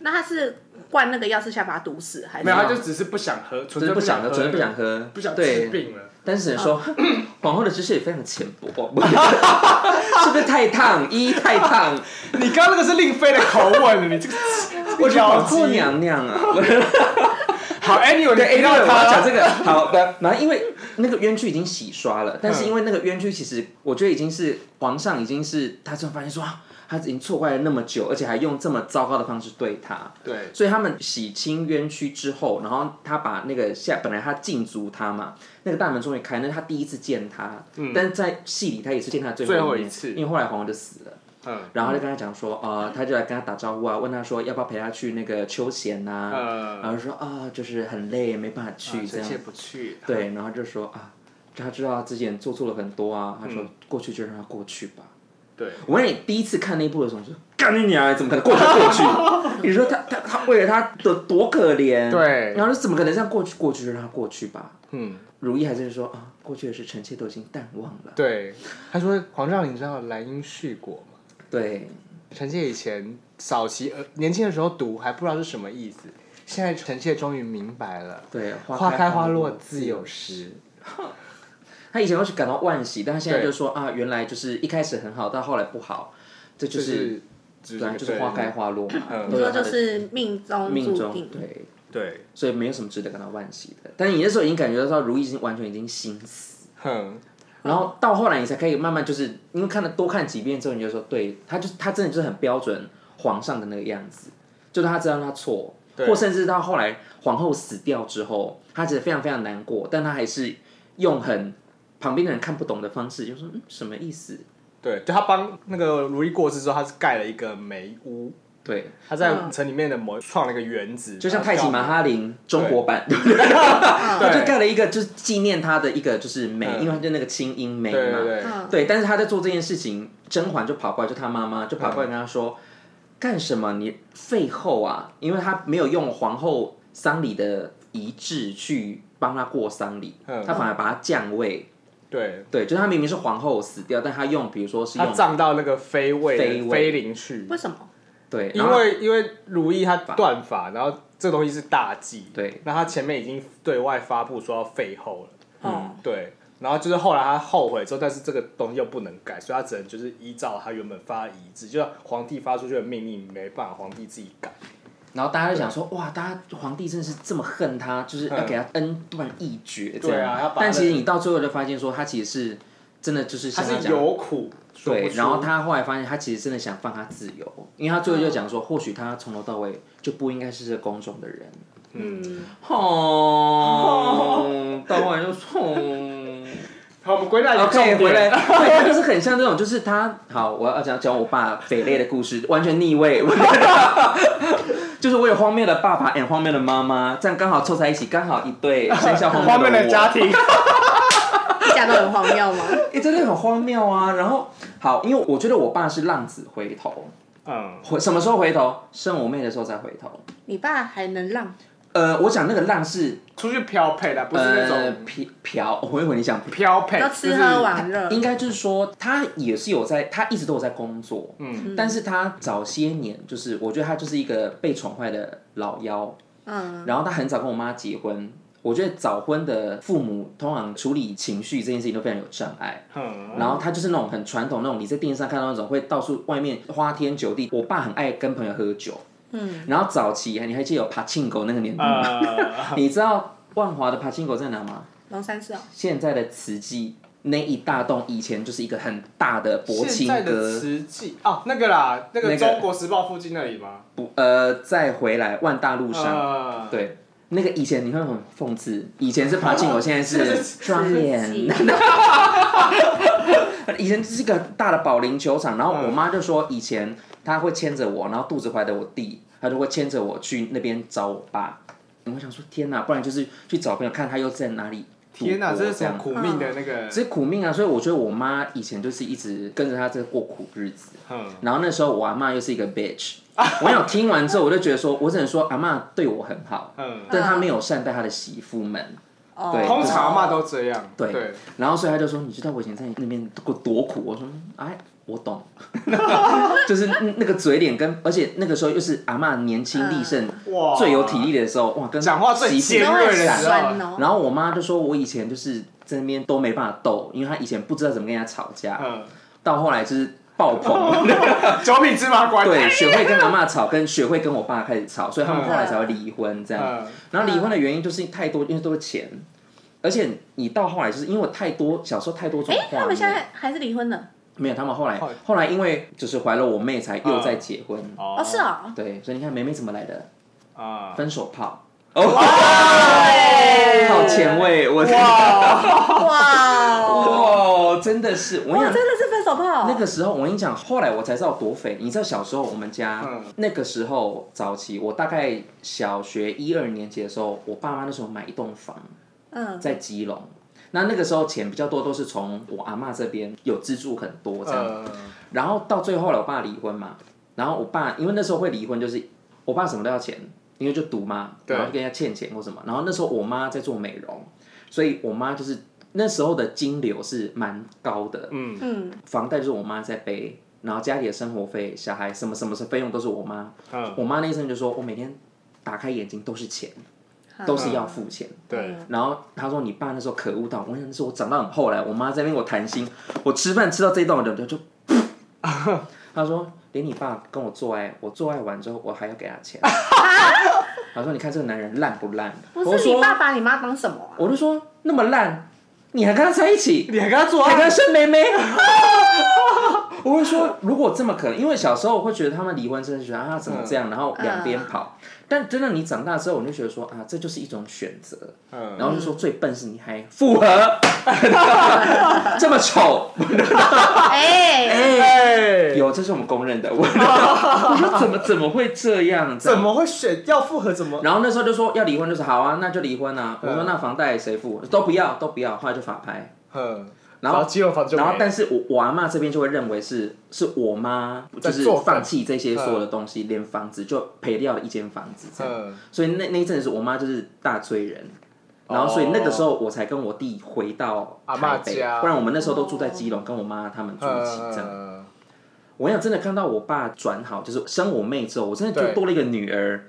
Speaker 1: 那他是灌那个药是想把他毒死，还是
Speaker 4: 没有，他就只是不想喝，
Speaker 3: 只
Speaker 4: 纯
Speaker 3: 是
Speaker 4: 粹
Speaker 3: 不想喝，
Speaker 4: 喝，
Speaker 3: 只是不想，喝，
Speaker 4: 不想
Speaker 3: 对
Speaker 4: 治。病啊了。
Speaker 3: 但是只能说， 皇后的知识也非常浅薄， 是不是太烫？一太 烫，
Speaker 4: 你刚刚那个是令妃的口吻，你这个
Speaker 3: 我觉得
Speaker 4: 咬
Speaker 3: 皇
Speaker 4: 肌
Speaker 3: 后娘娘啊，
Speaker 4: 好，anyway，
Speaker 3: 对，
Speaker 4: 你
Speaker 3: 因
Speaker 4: 到
Speaker 3: 为我要讲
Speaker 4: 他
Speaker 3: 这个，好的，然后因为那个冤屈已经洗刷了，但是因为那个冤屈其实我觉得已经是皇上已经是他突然发现说啊他已经错怪了那么久，而且还用这么糟糕的方式对他，
Speaker 4: 对，
Speaker 3: 所以他们洗清冤屈之后，然后他把那个下本来他禁足他嘛，那个大门终于开，那是他第一次见他，但是在戏里他也是见他最
Speaker 4: 嗯最
Speaker 3: 后
Speaker 4: 后
Speaker 3: 面
Speaker 4: 一次
Speaker 3: 因为后来皇后就死了。
Speaker 4: 嗯
Speaker 3: 然后他就跟他讲说，呃，他就来跟他打招呼啊，问他说要不要陪他去那个秋闲呐、
Speaker 4: 嗯
Speaker 3: 然后说啊、就是很累，没办法去、这
Speaker 4: 啊臣
Speaker 3: 样
Speaker 4: 妾。不去，
Speaker 3: 对，然后就说啊，他知道他之前做错了很多啊，他说、过去就让他过去吧。
Speaker 4: 嗯对，
Speaker 3: 我问你，第一次看那一部的时候，你说干你娘，怎么可能过去过 去？你说他他他为了他的多可怜，
Speaker 4: 对
Speaker 3: 然后说怎么可能这样过去过去就让他过去吧？
Speaker 4: 嗯，
Speaker 3: 如意还是说啊，过去的事臣妾都已经淡忘了。
Speaker 4: 对，他说皇上，你知道莱茵续果吗？
Speaker 3: 对，
Speaker 4: 臣妾以前早期呃年轻的时候读还不知道是什么意思，现在臣妾终于明白了。
Speaker 3: 对花
Speaker 4: 花
Speaker 3: 开
Speaker 4: 开
Speaker 3: 花
Speaker 4: 花
Speaker 3: 落
Speaker 4: 落自有时。
Speaker 3: 他以前会是感到惋惜，但他现在
Speaker 4: 对
Speaker 3: 就说啊，原来就是一开始很好，到后来不好，这就
Speaker 4: 就是是
Speaker 3: 对啊，就是花开花落嘛，
Speaker 4: 嗯
Speaker 3: 都有
Speaker 1: 你说
Speaker 3: 他
Speaker 1: 就
Speaker 3: 的
Speaker 1: 是命中
Speaker 3: 命
Speaker 1: 注
Speaker 3: 中
Speaker 1: 定，
Speaker 3: 对，
Speaker 4: 对，
Speaker 3: 所以没有什么值得感到惋惜的。但你那时候已经感觉到如意已经完全已经心死，
Speaker 4: 哼，
Speaker 3: 然
Speaker 1: 嗯
Speaker 3: 后到后来你才可以慢慢就是因为看了多看几遍之后，你就说对，他就他真的就是很标准皇上的那个样子，就是他知道他错，
Speaker 4: 对
Speaker 3: 或甚至到后来皇后死掉之后，他其实非常非常难过，但他还是用很旁边的人看不懂的方式，就说嗯什么意思？
Speaker 4: 对，就他帮那个如意过世之后，他是盖了一个梅屋，
Speaker 3: 对，
Speaker 4: 他在
Speaker 1: 嗯
Speaker 4: 城里面的某创了一个园子，
Speaker 3: 就像泰姬玛
Speaker 4: 嘛，
Speaker 3: 哈林中国版，对不对？
Speaker 1: 嗯
Speaker 3: 他就盖了一个就是纪念他的一个就是美，
Speaker 4: 嗯
Speaker 3: 因为他就那个清音美
Speaker 4: 对
Speaker 3: 嘛。
Speaker 4: 对对，
Speaker 1: 嗯，
Speaker 3: 对，但是他在做这件事情，甄嬛就跑过来，就他妈妈就跑过来跟他说：“干什么？你废后啊！”因为他没有用皇后丧礼的遗志去帮他过丧礼，
Speaker 4: 嗯
Speaker 3: 他反而把他降位。
Speaker 1: 嗯
Speaker 4: 对，
Speaker 3: 对，就是他明明是皇后死掉，但他用比如说是
Speaker 4: 他
Speaker 3: 用
Speaker 4: 葬到那个妃位
Speaker 3: 妃
Speaker 4: 的
Speaker 3: 位
Speaker 4: 妃陵去，
Speaker 1: 为什么？
Speaker 3: 对，
Speaker 4: 因
Speaker 3: 然后
Speaker 4: 为因为如意她断发，然后这东西是大忌，
Speaker 3: 对
Speaker 4: 那她前面已经对外发布说要废后了，嗯
Speaker 1: 哦，
Speaker 4: 对，然后就是后来她后悔之后，但是这个东西又不能改，所以她只能就是依照她原本发的遗旨，就是皇帝发出去的命令，没办法，皇帝自己改，
Speaker 3: 然后大家就想说，哇，大家皇帝真的是这么恨他，就是要给他恩断义绝这样。
Speaker 4: 嗯对啊要把他的
Speaker 3: 但其实你到最后就发现说，他其实是真的就是
Speaker 4: 她
Speaker 3: 像
Speaker 4: 是
Speaker 3: 讲的
Speaker 4: 有苦说不
Speaker 3: 对，
Speaker 4: 出
Speaker 3: 然后他后来发现他其实真的想放他自由，因为他最后就讲说，或许他从头到尾就不应该是这个宫中的人。
Speaker 1: 嗯，
Speaker 3: 哦，到后来就冲。
Speaker 4: 好，我们归纳一个重
Speaker 3: OK，
Speaker 4: 点
Speaker 3: 回 来，对，他就是很像这种，就是他好，我要讲讲我爸匪类的故事，完全逆位， 就是我有荒谬的爸爸 and 荒谬的妈妈，这样刚好凑在一起，刚好一对生下荒
Speaker 4: 荒
Speaker 3: 谬
Speaker 4: 谬的
Speaker 3: 我
Speaker 4: 家庭，
Speaker 1: 一家都很荒谬吗？
Speaker 3: 哎、真的很荒谬啊。然后好，因为我觉得我爸是浪子回头，
Speaker 4: 嗯，
Speaker 3: 回什么时候回头？生我妹的时候再回头。
Speaker 1: 你爸还能让？
Speaker 3: 呃，我讲那个浪是
Speaker 4: 出去漂配的，不是那
Speaker 3: 呃
Speaker 4: 种
Speaker 3: 嫖嫖，我一会儿你讲
Speaker 4: 漂配，
Speaker 1: 都
Speaker 4: 就
Speaker 1: 吃
Speaker 4: 是
Speaker 1: 喝玩乐，
Speaker 3: 应该就是说，他也是有在，他一直都有在工作，嗯，但是他早些年就是，我觉得他就是一个被宠坏的老幺，
Speaker 1: 嗯，
Speaker 3: 然后他很早跟我妈结婚，我觉得早婚的父母通常处理情绪这件事情都非常有障碍，
Speaker 4: 嗯，
Speaker 3: 然后他就是那种很传统那种，你在电视上看到那种会到处外面花天酒地，我爸很爱跟朋友喝酒，嗯，然后早期你还记得有爬庆狗那个年代吗？
Speaker 4: 呃，
Speaker 3: 你知道万华的爬庆狗在哪吗？
Speaker 1: 龙山寺哦，
Speaker 3: 现在的慈济那一大栋以前就是一个很大的博
Speaker 4: 现
Speaker 3: 清
Speaker 4: 在的
Speaker 3: 阁，
Speaker 4: 慈济哦，那个啦，那
Speaker 3: 那个
Speaker 4: 个中国时报附近那里吗？
Speaker 3: 不呃，再回来万大路上，
Speaker 4: 啊，
Speaker 3: 对，那个以前你会很讽刺，以前是爬进
Speaker 4: 哦
Speaker 3: 我，现 在是专
Speaker 1: 慈
Speaker 3: 业
Speaker 1: 济。
Speaker 3: 以前是一个大的保龄球场，然后
Speaker 4: 嗯
Speaker 3: 我妈就说以前她会牵着我，然后肚子怀的我弟，她就会牵着我去那边找我爸。我想说天哪，不然就是去找朋友看他又在哪里赌博。
Speaker 4: 天哪，这
Speaker 3: 这
Speaker 4: 是什么
Speaker 3: 样
Speaker 4: 苦命的那个？
Speaker 3: 这苦命啊！所以我觉得我妈以前就是一直跟着她在过苦日子。
Speaker 4: 嗯，
Speaker 3: 然后那时候我阿妈又是一个 bitch，我想听完之后我就觉得说，我只能说阿妈对我很好，
Speaker 4: 嗯
Speaker 3: 但她没有善待她的媳妇们。
Speaker 1: 哦
Speaker 3: 对
Speaker 4: 通常嘛都这样。
Speaker 3: 对
Speaker 4: 对，
Speaker 3: 然后所以她就说，你知道我以前在那边过多苦？我说，哎，我懂。就是那个嘴脸跟，而且那个时候又是阿嬷年轻力盛、
Speaker 4: 哇
Speaker 3: 最有体力的时候，哇，跟
Speaker 4: 讲话最
Speaker 3: 媳妇
Speaker 4: 尖
Speaker 1: 都
Speaker 4: 锐
Speaker 1: 会
Speaker 4: 的时候
Speaker 1: 酸哦。
Speaker 3: 然后我妈就说，我以前就是在那边都没办法斗，因为她以前不知道怎么跟人家吵架，
Speaker 4: 嗯，
Speaker 3: 到后来就是爆棚，
Speaker 4: 九品芝麻官，
Speaker 3: 对，学会跟阿嬷吵，跟学会跟我爸开始吵，所以他们后来才会离婚这样。
Speaker 4: 嗯，
Speaker 3: 然后离婚的原因就是太多，因为都是钱，而且你到后来就是因为我太多小时候太多种
Speaker 1: 哎、
Speaker 3: 画
Speaker 1: 他们
Speaker 3: 面
Speaker 1: 现在还是离婚了？
Speaker 3: 没有，他们后来
Speaker 4: 后来
Speaker 3: 后来因为就是怀了我妹才又再结婚，
Speaker 1: 哦，是哦。
Speaker 3: 对，所以你看梅梅怎么来的？
Speaker 4: 啊，
Speaker 3: 分手炮哦，好前卫，我
Speaker 1: 哇哦，
Speaker 3: 哇，真的是我跟
Speaker 1: 哇，
Speaker 3: 你讲。
Speaker 1: 真的是分手
Speaker 4: 哦
Speaker 1: 炮。哦
Speaker 3: 那个时候我跟你讲，后来我才知道多肥。你知道小时候我们家、
Speaker 4: 嗯
Speaker 3: 那个时候早期，我大概小学一二年级的时候，我爸妈那时候买一栋房，
Speaker 1: 嗯，
Speaker 3: 在基隆。那那个时候钱比较多，都是从我阿嬷这边有资助很多这样。
Speaker 4: 呃，
Speaker 3: 然后到最后了，我爸离婚嘛，然后我爸因为那时候会离婚，就是我爸什么都要钱，因为就赌嘛，
Speaker 4: 对
Speaker 3: 然后就跟人家欠钱或什么。然后那时候我妈在做美容，所以我妈就是那时候的金流是蛮高的，
Speaker 4: 嗯，
Speaker 1: 嗯，
Speaker 3: 房贷就是我妈在背，然后家里的生活费、小孩什么什么是费用都是我妈。
Speaker 4: 嗯，
Speaker 3: 我妈那一阵就说，我每天打开眼睛都是钱，
Speaker 1: 嗯
Speaker 3: 都是要付钱。
Speaker 4: 对，
Speaker 3: 然后他说你爸那时候可恶到，我想那时候我长到很后来，我妈在那边跟我谈心，我吃饭吃到这一段我就就，他说连你爸跟我做爱，我做爱完之后我还要给他 钱，他说你看这个男人烂不烂？
Speaker 1: 不
Speaker 3: 我
Speaker 1: 是你
Speaker 3: 说
Speaker 1: 爸把你妈当什么啊？
Speaker 3: 我就说那么烂，你还跟他在一起，
Speaker 4: 你还跟他做
Speaker 3: 还跟他
Speaker 4: 爱
Speaker 3: 生妹妹？哎 我会说，如果这么可能，因为小时候我会觉得他们离婚真的觉得啊怎么这样，然后两边跑。
Speaker 4: 嗯
Speaker 3: 但真的你长大之后，我就觉得说啊，这就是一种选择。
Speaker 4: 嗯
Speaker 3: 然后就说最笨是你还复合，这么丑，
Speaker 1: 哎、
Speaker 4: 哎，
Speaker 3: 有这是我们公认的。我我说怎么怎么会这样？啊
Speaker 4: 怎？么会选要复合？怎么？
Speaker 3: 然后那时候就说要离婚，就说好啊，那就离婚啊。我说
Speaker 4: 嗯
Speaker 3: 那房贷谁付？都不要，都不要。后来就法拍。
Speaker 4: 嗯，
Speaker 3: 然后
Speaker 4: 肌肉房就
Speaker 3: 然后
Speaker 4: 没，
Speaker 3: 但是我我阿妈这边就会认为是是我妈就
Speaker 4: 在
Speaker 3: 是
Speaker 4: 做饭嗯
Speaker 3: 放弃这些所有的东西，连房子就赔掉了一间房子这样。
Speaker 4: 嗯，
Speaker 3: 所以那那一阵子，我妈就是大追人，然后所以那个时候我才跟我弟回到
Speaker 4: 哦阿
Speaker 3: 台
Speaker 4: 嬷
Speaker 3: 北，
Speaker 4: 家
Speaker 3: 不然我们那时候都住在基隆，跟我妈他们住一起这样。
Speaker 4: 嗯
Speaker 3: 我想真的看到我爸转好，就是生我妹之后，我真的
Speaker 4: 对
Speaker 3: 就多了一个女儿，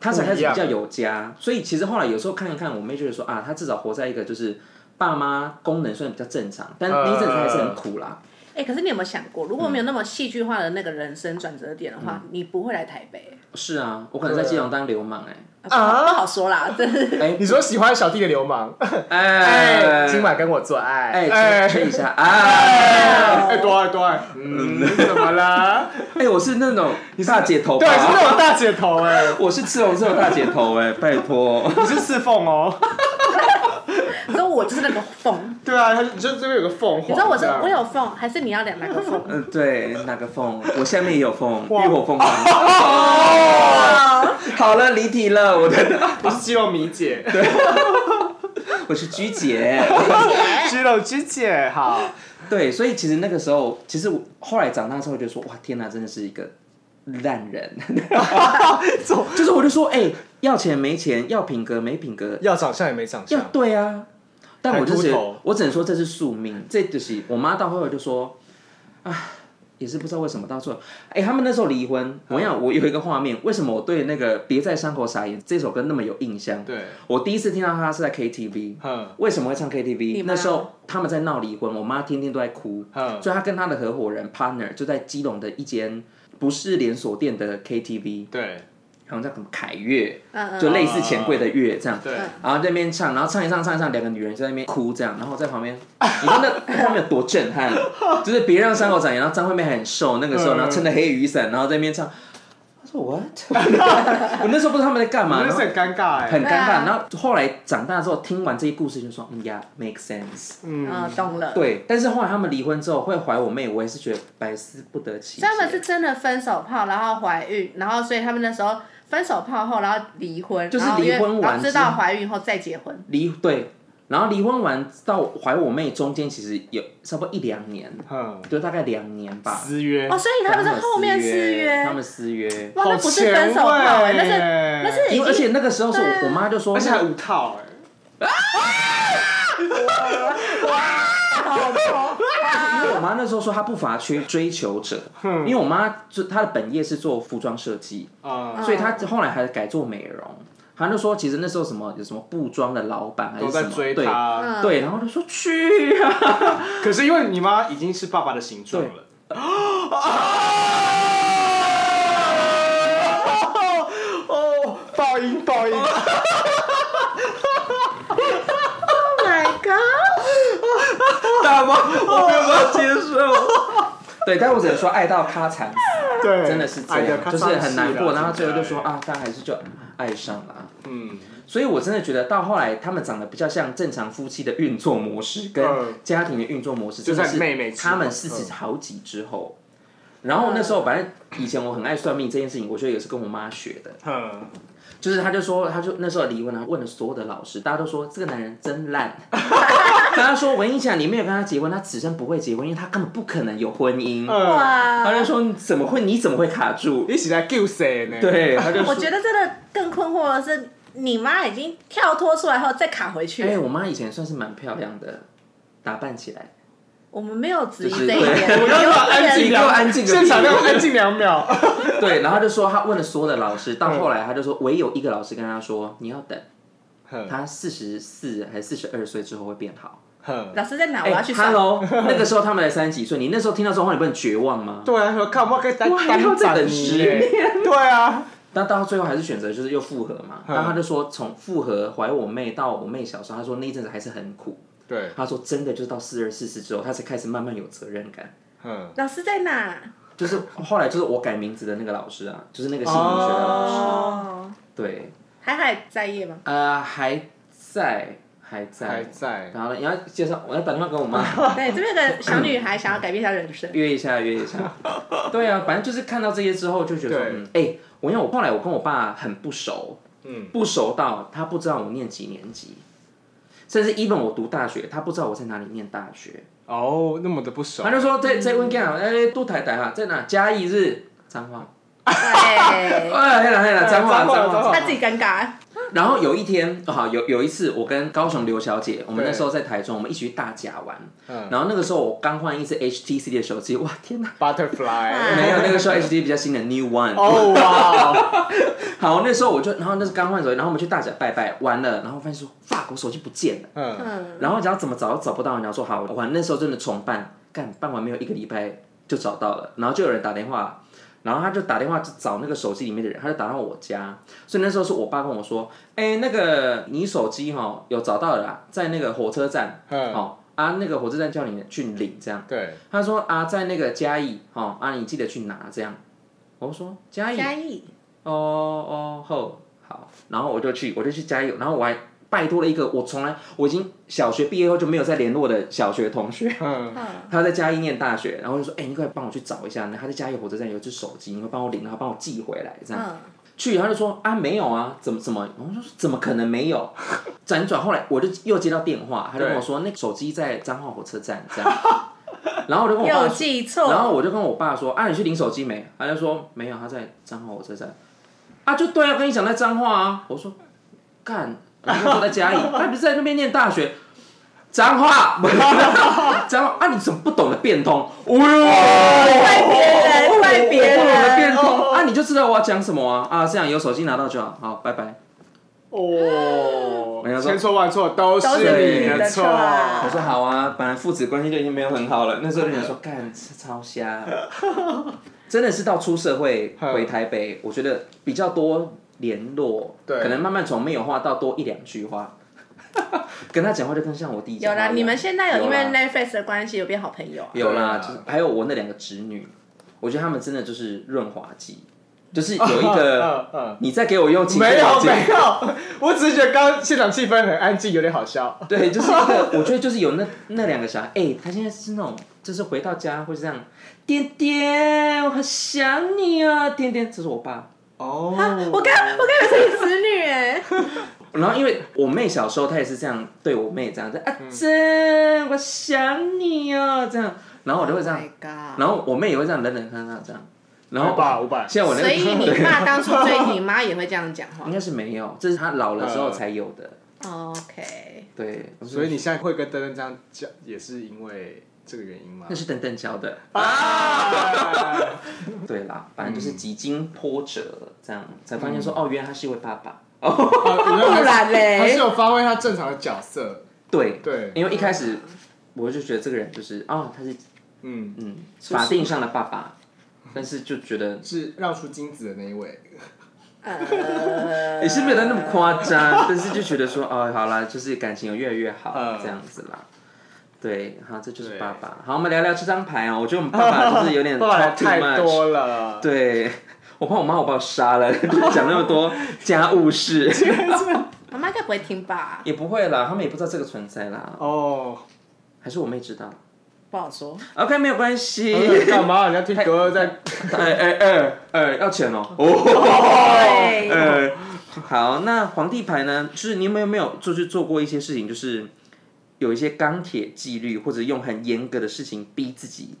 Speaker 3: 她才开
Speaker 4: 不
Speaker 3: 始
Speaker 4: 一样
Speaker 3: 比较有家。所以其实后来有时候看一看，我妹就会说啊，她至少活在一个就是爸妈功能算比较正常，但那一阵子还是很苦啦。
Speaker 1: 哎、可是你有没有想过，如果没
Speaker 3: 嗯
Speaker 1: 有那么戏剧化的那个人生转折点的话，你不会来台北、
Speaker 3: 是啊，我可能在基隆当流氓哎、
Speaker 1: 啊不好不好说啦， 真是
Speaker 3: 哎
Speaker 4: 你说喜欢小弟的流氓，
Speaker 3: 哎
Speaker 4: 哎，今晚跟我做爱，
Speaker 3: 哎
Speaker 4: 哎
Speaker 3: 吹吹一下哎
Speaker 4: 哎，多爱多爱，嗯，怎么啦？
Speaker 3: 哎，我是那种大姐头吧，
Speaker 4: 对，是那种大姐头哎，
Speaker 3: 我是赤红色的大姐头 哎、拜托。
Speaker 4: 你是四凤哦，
Speaker 1: 你说我就是那个 凤，
Speaker 4: 对啊，他就就这边有个凤凰，
Speaker 1: 你知道我是
Speaker 3: 啊
Speaker 4: 这样
Speaker 1: 我有凤，还是你要两那 个凤？
Speaker 3: 嗯，对，哪个凤？我下面也有凤，
Speaker 4: 哇
Speaker 3: 浴火凤 凰。好了，离题了，我的，
Speaker 4: 我是肌肉米姐，
Speaker 3: 我是鞠 姐。
Speaker 4: 肌肉之姐，好，
Speaker 3: 对，所以其实那个时候，其实我后来长大之后，就说哇，天哪，真的是一个烂 人。就是我就说，哎、要钱没钱，要品格没品格，
Speaker 4: 要长相也没长
Speaker 3: 要
Speaker 4: 相，
Speaker 3: 对啊。但我就
Speaker 4: 还
Speaker 3: 是
Speaker 4: 秃头，
Speaker 3: 我只能说这是宿命，这就是我妈到后来就说，啊，也是不知道为什么到最后，哎、他们那时候离婚，我
Speaker 4: 嗯
Speaker 3: 想我有一个画面，为什么我对那个《别在伤口撒盐》这首歌那么有印象？
Speaker 4: 对，
Speaker 3: 我第一次听到他是在 KTV，
Speaker 4: 嗯
Speaker 3: 为什么会唱
Speaker 1: 你
Speaker 3: KTV？
Speaker 1: 妈
Speaker 3: 那时候他们在闹离婚，我妈天天都在哭，
Speaker 4: 嗯
Speaker 3: 所以她跟她的合伙人 partner 就在基隆的一间不是连锁店的 KTV，
Speaker 4: 对
Speaker 3: 好像叫什么凯悦，
Speaker 1: 嗯嗯，
Speaker 3: 就类似钱柜的月这样。
Speaker 4: 对，
Speaker 3: 然后在那边唱，然后唱一唱唱一唱，两个女人就在那边哭这样，然后我在旁边，你看那画面有多震撼，就是别让伤口长眼，然后张惠妹还很瘦那个时候，
Speaker 4: 嗯
Speaker 3: 然后撑着黑雨伞，然后在那边唱，我说 what？我那时候不知道他们在干嘛，然
Speaker 4: 真的
Speaker 3: 后
Speaker 4: 是很尴尬哎，
Speaker 3: 很尴
Speaker 1: 对啊
Speaker 3: 尬，然后后来长大之后听完这些故事就说，嗯呀，make sense。
Speaker 1: 嗯，懂了。，
Speaker 3: 对，但是后来他们离婚之后会怀我妹，我也是觉得百思不得其解。
Speaker 1: 他们是真的分手炮，然后怀孕，然后所以他们那时候分手炮后，然后离婚，
Speaker 3: 就是
Speaker 1: 然后因为
Speaker 3: 离婚完
Speaker 1: 然后知道
Speaker 3: 之后
Speaker 1: 怀孕以后再结婚。
Speaker 3: 离对，然后离婚完到怀我妹中间其实有差不多一两年，
Speaker 4: 嗯，
Speaker 3: 就大概两年吧。
Speaker 4: 私约
Speaker 1: 哦，，所以他们是后面
Speaker 3: 私
Speaker 1: 失约
Speaker 3: 他，们私约。
Speaker 1: 哇，那不是分手炮
Speaker 4: 好
Speaker 1: 欸，
Speaker 4: 前卫
Speaker 1: 那是那是
Speaker 3: 因
Speaker 1: 已经
Speaker 3: 为而且那个时候是
Speaker 1: 对啊
Speaker 3: 我我妈就说，
Speaker 4: 而且还五套哎，
Speaker 1: 好痛
Speaker 3: 因为我妈那时候说她不乏缺追求者，因为我妈就她的本业是做服装设计，
Speaker 4: 啊、
Speaker 1: 嗯
Speaker 3: 所以她后来还改做美容。她就说，其实那时候什么有什么布庄的老板还
Speaker 4: 都
Speaker 3: 是什
Speaker 4: 在
Speaker 3: 么，
Speaker 4: 追
Speaker 3: 对
Speaker 4: 他。
Speaker 1: 嗯
Speaker 3: 对，然后就说去啊，
Speaker 4: 可是因为你妈已经是爸爸的形状了。哦，爆音爆音，
Speaker 1: Oh my god！
Speaker 3: 大妈，我没有办法接受。 对，但我只能说爱到咔惨死，
Speaker 4: 对，
Speaker 3: 真的是这
Speaker 4: 哎呀
Speaker 3: 样，就是很难过。然后最后就说，
Speaker 4: 咔嚓
Speaker 3: 啊，但还是就爱上了啊。
Speaker 4: 嗯，
Speaker 3: 所以我真的觉得到后来，他们长得比较像正常夫妻的运作模式，跟
Speaker 4: 嗯
Speaker 3: 家庭的运作模式，
Speaker 4: 就
Speaker 3: 真
Speaker 4: 在
Speaker 3: 的是
Speaker 4: 妹妹之后
Speaker 3: 他们四十好几之后。然后那时候，反正以前我很爱算命这件事情，我觉得也是跟我妈学的。
Speaker 4: 哼，
Speaker 3: 就是他就说，他就那时候离婚了，问了所有的老师，大家都说这个男人真 烂。大家说，我跟你讲，你没有跟他结婚，他此生不会结婚，因为他根本不可能有婚姻。
Speaker 4: 嗯，
Speaker 1: 哇
Speaker 3: 他就说，你怎么会？你怎么会卡 住？
Speaker 4: 一起来救谁呢？
Speaker 3: 对，他就
Speaker 1: 我
Speaker 3: 说，
Speaker 1: 觉得真的更困惑的是，你妈已经跳脱出来后再卡回去。
Speaker 3: 哎，我妈以前算是蛮漂亮的，打扮起来。
Speaker 1: 我们没有质疑
Speaker 3: 就是
Speaker 1: 这一点，
Speaker 3: 对
Speaker 1: 有可能
Speaker 3: 安静
Speaker 1: 是
Speaker 3: 给我安静个屁
Speaker 4: 现场要安静两秒。
Speaker 3: 对，然后他就说他问了所有的老师，到后来他就说唯有一个老师跟他说你要等，
Speaker 4: 哼
Speaker 3: 他四十四还是四十二岁之后会变好。
Speaker 4: 哼，
Speaker 1: 老师在哪？啊我
Speaker 3: 哎
Speaker 1: 要去上。
Speaker 3: ，Hello，那个时候他们才三十几岁，你那时候听到这种话，你不能绝望吗？
Speaker 4: 对啊，说看我可以单
Speaker 3: 哇还要
Speaker 4: 单
Speaker 3: 再
Speaker 4: 斩
Speaker 3: 等
Speaker 4: 你
Speaker 3: 十
Speaker 4: 耶，对啊，
Speaker 3: 但到最后还是选择就是又复合嘛。
Speaker 4: 嗯
Speaker 3: 然后他就说从复合怀我妹到我妹小时候，他说那一阵子还是很苦。
Speaker 4: 对，
Speaker 3: 他说真的就是到四二四四之后，他才开始慢慢有责任感。
Speaker 4: 嗯，
Speaker 1: 老师在哪？
Speaker 3: 就是后来就是我改名字的那个老师啊，就是那个心理学的老师，
Speaker 1: 哦，
Speaker 3: 对，
Speaker 1: 海海在业吗？
Speaker 3: 呃，还在还在
Speaker 4: 还在，
Speaker 3: 然后呢，你要介绍，我要打电话给我妈
Speaker 1: 对，这边有个小女孩想要改变她 人生，
Speaker 3: 约一下，约一下。对啊，反正就是看到这些之后就觉得说，
Speaker 4: 对
Speaker 3: 嗯，哎、我因为我后来我跟我爸很不熟，
Speaker 4: 嗯，
Speaker 3: 不熟到他不知道我念几年级，甚至 even 我读大学，他不知道我在哪里念大学，
Speaker 4: 哦，那么的不熟
Speaker 3: 他，就说在在温干，哎，都台台哈，在哪？嘉义是彰化，
Speaker 1: 对，
Speaker 3: 哎，黑了黑了，彰化
Speaker 4: 彰化
Speaker 3: 彰
Speaker 4: 彰
Speaker 3: 化
Speaker 4: 化。
Speaker 1: 她自己尴尬。
Speaker 3: 然后有一天，哦好有有一次，我跟高雄刘小姐，我们
Speaker 4: 对
Speaker 3: 那时候在台中，我们一起去大甲玩，
Speaker 4: 嗯
Speaker 3: 然后那个时候我刚换一只 HTC 的手机，哇，天哪！
Speaker 4: ，Butterfly，
Speaker 3: 没有，那个 时候 HD 比较新的 New One。
Speaker 4: 哦哇，
Speaker 3: 好，那时候我就，然后那是刚换手机，然后我们去大甲拜拜，完了，然后发现说，法国手机不见了，
Speaker 4: 嗯，
Speaker 1: 嗯，
Speaker 3: 然后讲怎么找都找不到，然后说好，玩那时候真的重办，干办完没有一个礼拜就找到了，然后就有人打电话，然后他就打电话就找那个手机里面的人，他就打到我家，所以那时候是我爸跟我说，哎，那个你手机哈、有找到了啦，在那个火车站，
Speaker 4: 嗯
Speaker 3: 哦啊，那个火车站叫你去领这样。
Speaker 4: 对，
Speaker 3: 他说啊，在那个嘉义，哦，啊，你记得去拿这样。我说嘉义，
Speaker 1: 嘉义，
Speaker 3: 哦哦吼，好，然后我就去，我就去嘉义，然后我还拜托了一个我从来我已经小学毕业后就没有再联络的小学同 学，
Speaker 4: 嗯，
Speaker 1: 嗯，
Speaker 3: 他在嘉义念大学，然后就说，哎、你快帮我去找一下，他在嘉义火车站有一只手机，你会帮我领，然后帮我寄回来这样。
Speaker 1: 嗯，
Speaker 3: 去，他就说啊没有啊，怎么怎么？我就说怎么可能没有？辗转后来我就又接到电话，他就跟我说那手机在彰化火车站这样，然后我就跟我爸
Speaker 1: 又
Speaker 3: 说
Speaker 1: 记错，
Speaker 3: 然后我就跟我爸说：“啊，你去领手机没？”他就说：“没有，他在彰化火车站。”啊，就对啊，跟你讲在彰化啊。我说：“干，然后我在 家里，他不是在那边念大学。”彰化， 彰化啊！你怎么不懂得变通？哦
Speaker 1: 怪
Speaker 3: 呦，
Speaker 1: 别人， 哦怪别
Speaker 3: 哦我不懂得变
Speaker 1: 人，
Speaker 3: 通啊！你就知道我要讲什么啊啊！这样有手机拿到就好，好，拜拜。
Speaker 4: 哦
Speaker 3: 没有，错
Speaker 4: 千错万错都是你的错，
Speaker 3: 我说好啊，本来父子关系就已经没有很好了，那时候就想说干是超瞎， 真的是到出社会回台
Speaker 1: 嗯
Speaker 3: 北，我觉得比较多联络，
Speaker 4: 对
Speaker 3: 可能慢慢从没有话到多一两句话， 跟他讲话就更像我弟讲
Speaker 1: 有
Speaker 3: 话一样。
Speaker 1: 啦，你们现在有因为
Speaker 3: 有啦啊
Speaker 1: Netflix 的关系有变好朋友啊？
Speaker 3: 有啦，
Speaker 4: 对啊
Speaker 3: 就是还有我那两个侄女，我觉得他们真的就是润滑剂，就是有一 个
Speaker 4: 嗯嗯。
Speaker 3: 你再给我用情绪
Speaker 4: 没
Speaker 3: 来
Speaker 4: 有
Speaker 3: 解
Speaker 4: 没有，我只是觉得刚刚现场气氛很安静，有点好笑。
Speaker 3: 对，就是一个，我觉得就是有那那两个小孩，哎、他现在是那种，就是回到家会这样，点点，我好想你啊，点点，这是我爸。
Speaker 4: 哦，
Speaker 1: 我刚我刚以为是你侄女哎，
Speaker 3: 然后因为我妹小时候，她也是这样对我妹这样子，啊珍，我想你哦，这样，然后 我就会这样
Speaker 1: Oh my god
Speaker 3: 然后我妹也会这样冷冷看她这样，然
Speaker 4: 五
Speaker 3: 后
Speaker 4: 百五百，
Speaker 3: 现在我那个
Speaker 1: 所以你
Speaker 3: 对
Speaker 1: 爸当初追你妈也会这样讲话
Speaker 3: 应该是没有，这是她老了之后才有的，
Speaker 1: ？OK，
Speaker 3: 对，
Speaker 4: 所以你现在会跟登登这样讲，也是因为这个原因吗
Speaker 3: 那？是邓邓教的。
Speaker 4: 啊，
Speaker 3: 对啦，反正就是几经波折，这样才发现说，哦，原来他是一位爸爸。
Speaker 4: 不
Speaker 5: 不然嘞
Speaker 4: 他是有发挥他正常的角色，
Speaker 3: 对
Speaker 4: 对
Speaker 3: 因为一开始我就觉得这个人就是，哦，他是
Speaker 4: 嗯，
Speaker 3: 嗯法定上的爸爸，但是就觉 得
Speaker 4: 是让出金子的那一位，
Speaker 5: 呃
Speaker 3: 也是没有到那么夸张， 但是就觉得说，哦，好啦，就是感情有越来越好、
Speaker 4: 嗯
Speaker 3: 这样子啦。对，好，这就是爸爸。好，我们聊聊这张牌哦。我觉得我们爸 爸就是有点
Speaker 4: 爸爸
Speaker 3: talk too
Speaker 4: 太
Speaker 3: much。
Speaker 4: 多了，
Speaker 3: 对，我怕我妈我把我杀了， 讲那么多家务事，
Speaker 5: 妈妈应该不会听吧？
Speaker 3: 也不会啦，他们也不知道这个存在啦，
Speaker 4: 哦，
Speaker 3: 还是我妹知道。
Speaker 5: 不好说。
Speaker 3: OK，没有关系。
Speaker 4: 干嘛？人家听歌在
Speaker 3: 哎哎哎哎，要钱哦。
Speaker 5: 对，
Speaker 3: 哦，哎，好，那皇帝牌呢？就是你有没有没有就是做过一些事情，就是有一些钢铁纪律，或者用很严格的事情逼自己，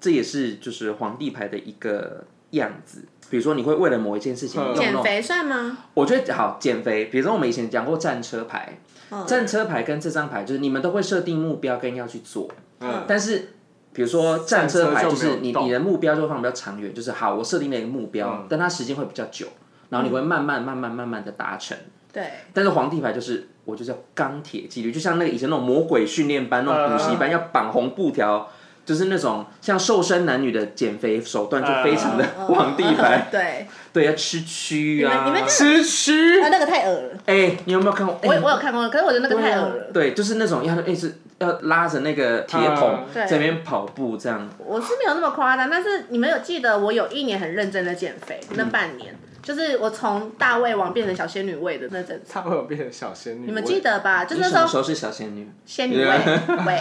Speaker 3: 这也是就是皇帝牌的一个样子。比如说，你会为了某一件事情
Speaker 4: 嗯
Speaker 3: 用那
Speaker 5: 减
Speaker 3: 种
Speaker 5: 肥算吗？
Speaker 3: 我觉得好减肥，比如说我们以前讲过战车牌，
Speaker 5: 嗯
Speaker 3: 战车牌跟这张牌就是你们都会设定目标跟要去做，
Speaker 4: 嗯
Speaker 3: 但是比如说战车牌
Speaker 4: 战
Speaker 3: 就
Speaker 4: 车就没
Speaker 3: 是
Speaker 4: 有
Speaker 3: 你
Speaker 4: 动
Speaker 3: 你的目标就会放比较长远，就是好我设定了一个目标，
Speaker 4: 嗯
Speaker 3: 但它时间会比较久，然后你会慢慢慢慢慢慢的达成。
Speaker 4: 嗯
Speaker 5: 对，
Speaker 3: 但是皇帝牌就是我就是要钢铁纪律，就像那个以前那种魔鬼训练班、那种补习
Speaker 4: 嗯
Speaker 3: 班，要绑红布条，就是那种像瘦身男女的减肥手段，就非常的
Speaker 5: 嗯
Speaker 3: 皇 帝牌，
Speaker 5: 对，
Speaker 3: 对，要吃蛆啊，
Speaker 5: 你们你们
Speaker 4: 吃蛆
Speaker 5: 啊，那个太恶了。
Speaker 3: 哎、你有没有看过？哎
Speaker 1: 我我有看过，可是我觉得那个太恶了。
Speaker 3: 对，就是那种要哎、是要拉着那个铁桶
Speaker 4: 嗯
Speaker 5: 对
Speaker 3: 在那边跑步这样。
Speaker 1: 我是没有那么夸张，但是你们有记得我有一年很认真的减肥，那
Speaker 3: 嗯
Speaker 1: 半年、就是我从大胃王变成小仙女胃的那阵子，
Speaker 4: 他会有变成小仙女，
Speaker 1: 你们记得吧？就
Speaker 3: 你
Speaker 1: 那
Speaker 3: 什
Speaker 1: 时
Speaker 3: 么
Speaker 1: 候
Speaker 3: 时候是小仙女？
Speaker 1: 仙女胃胃，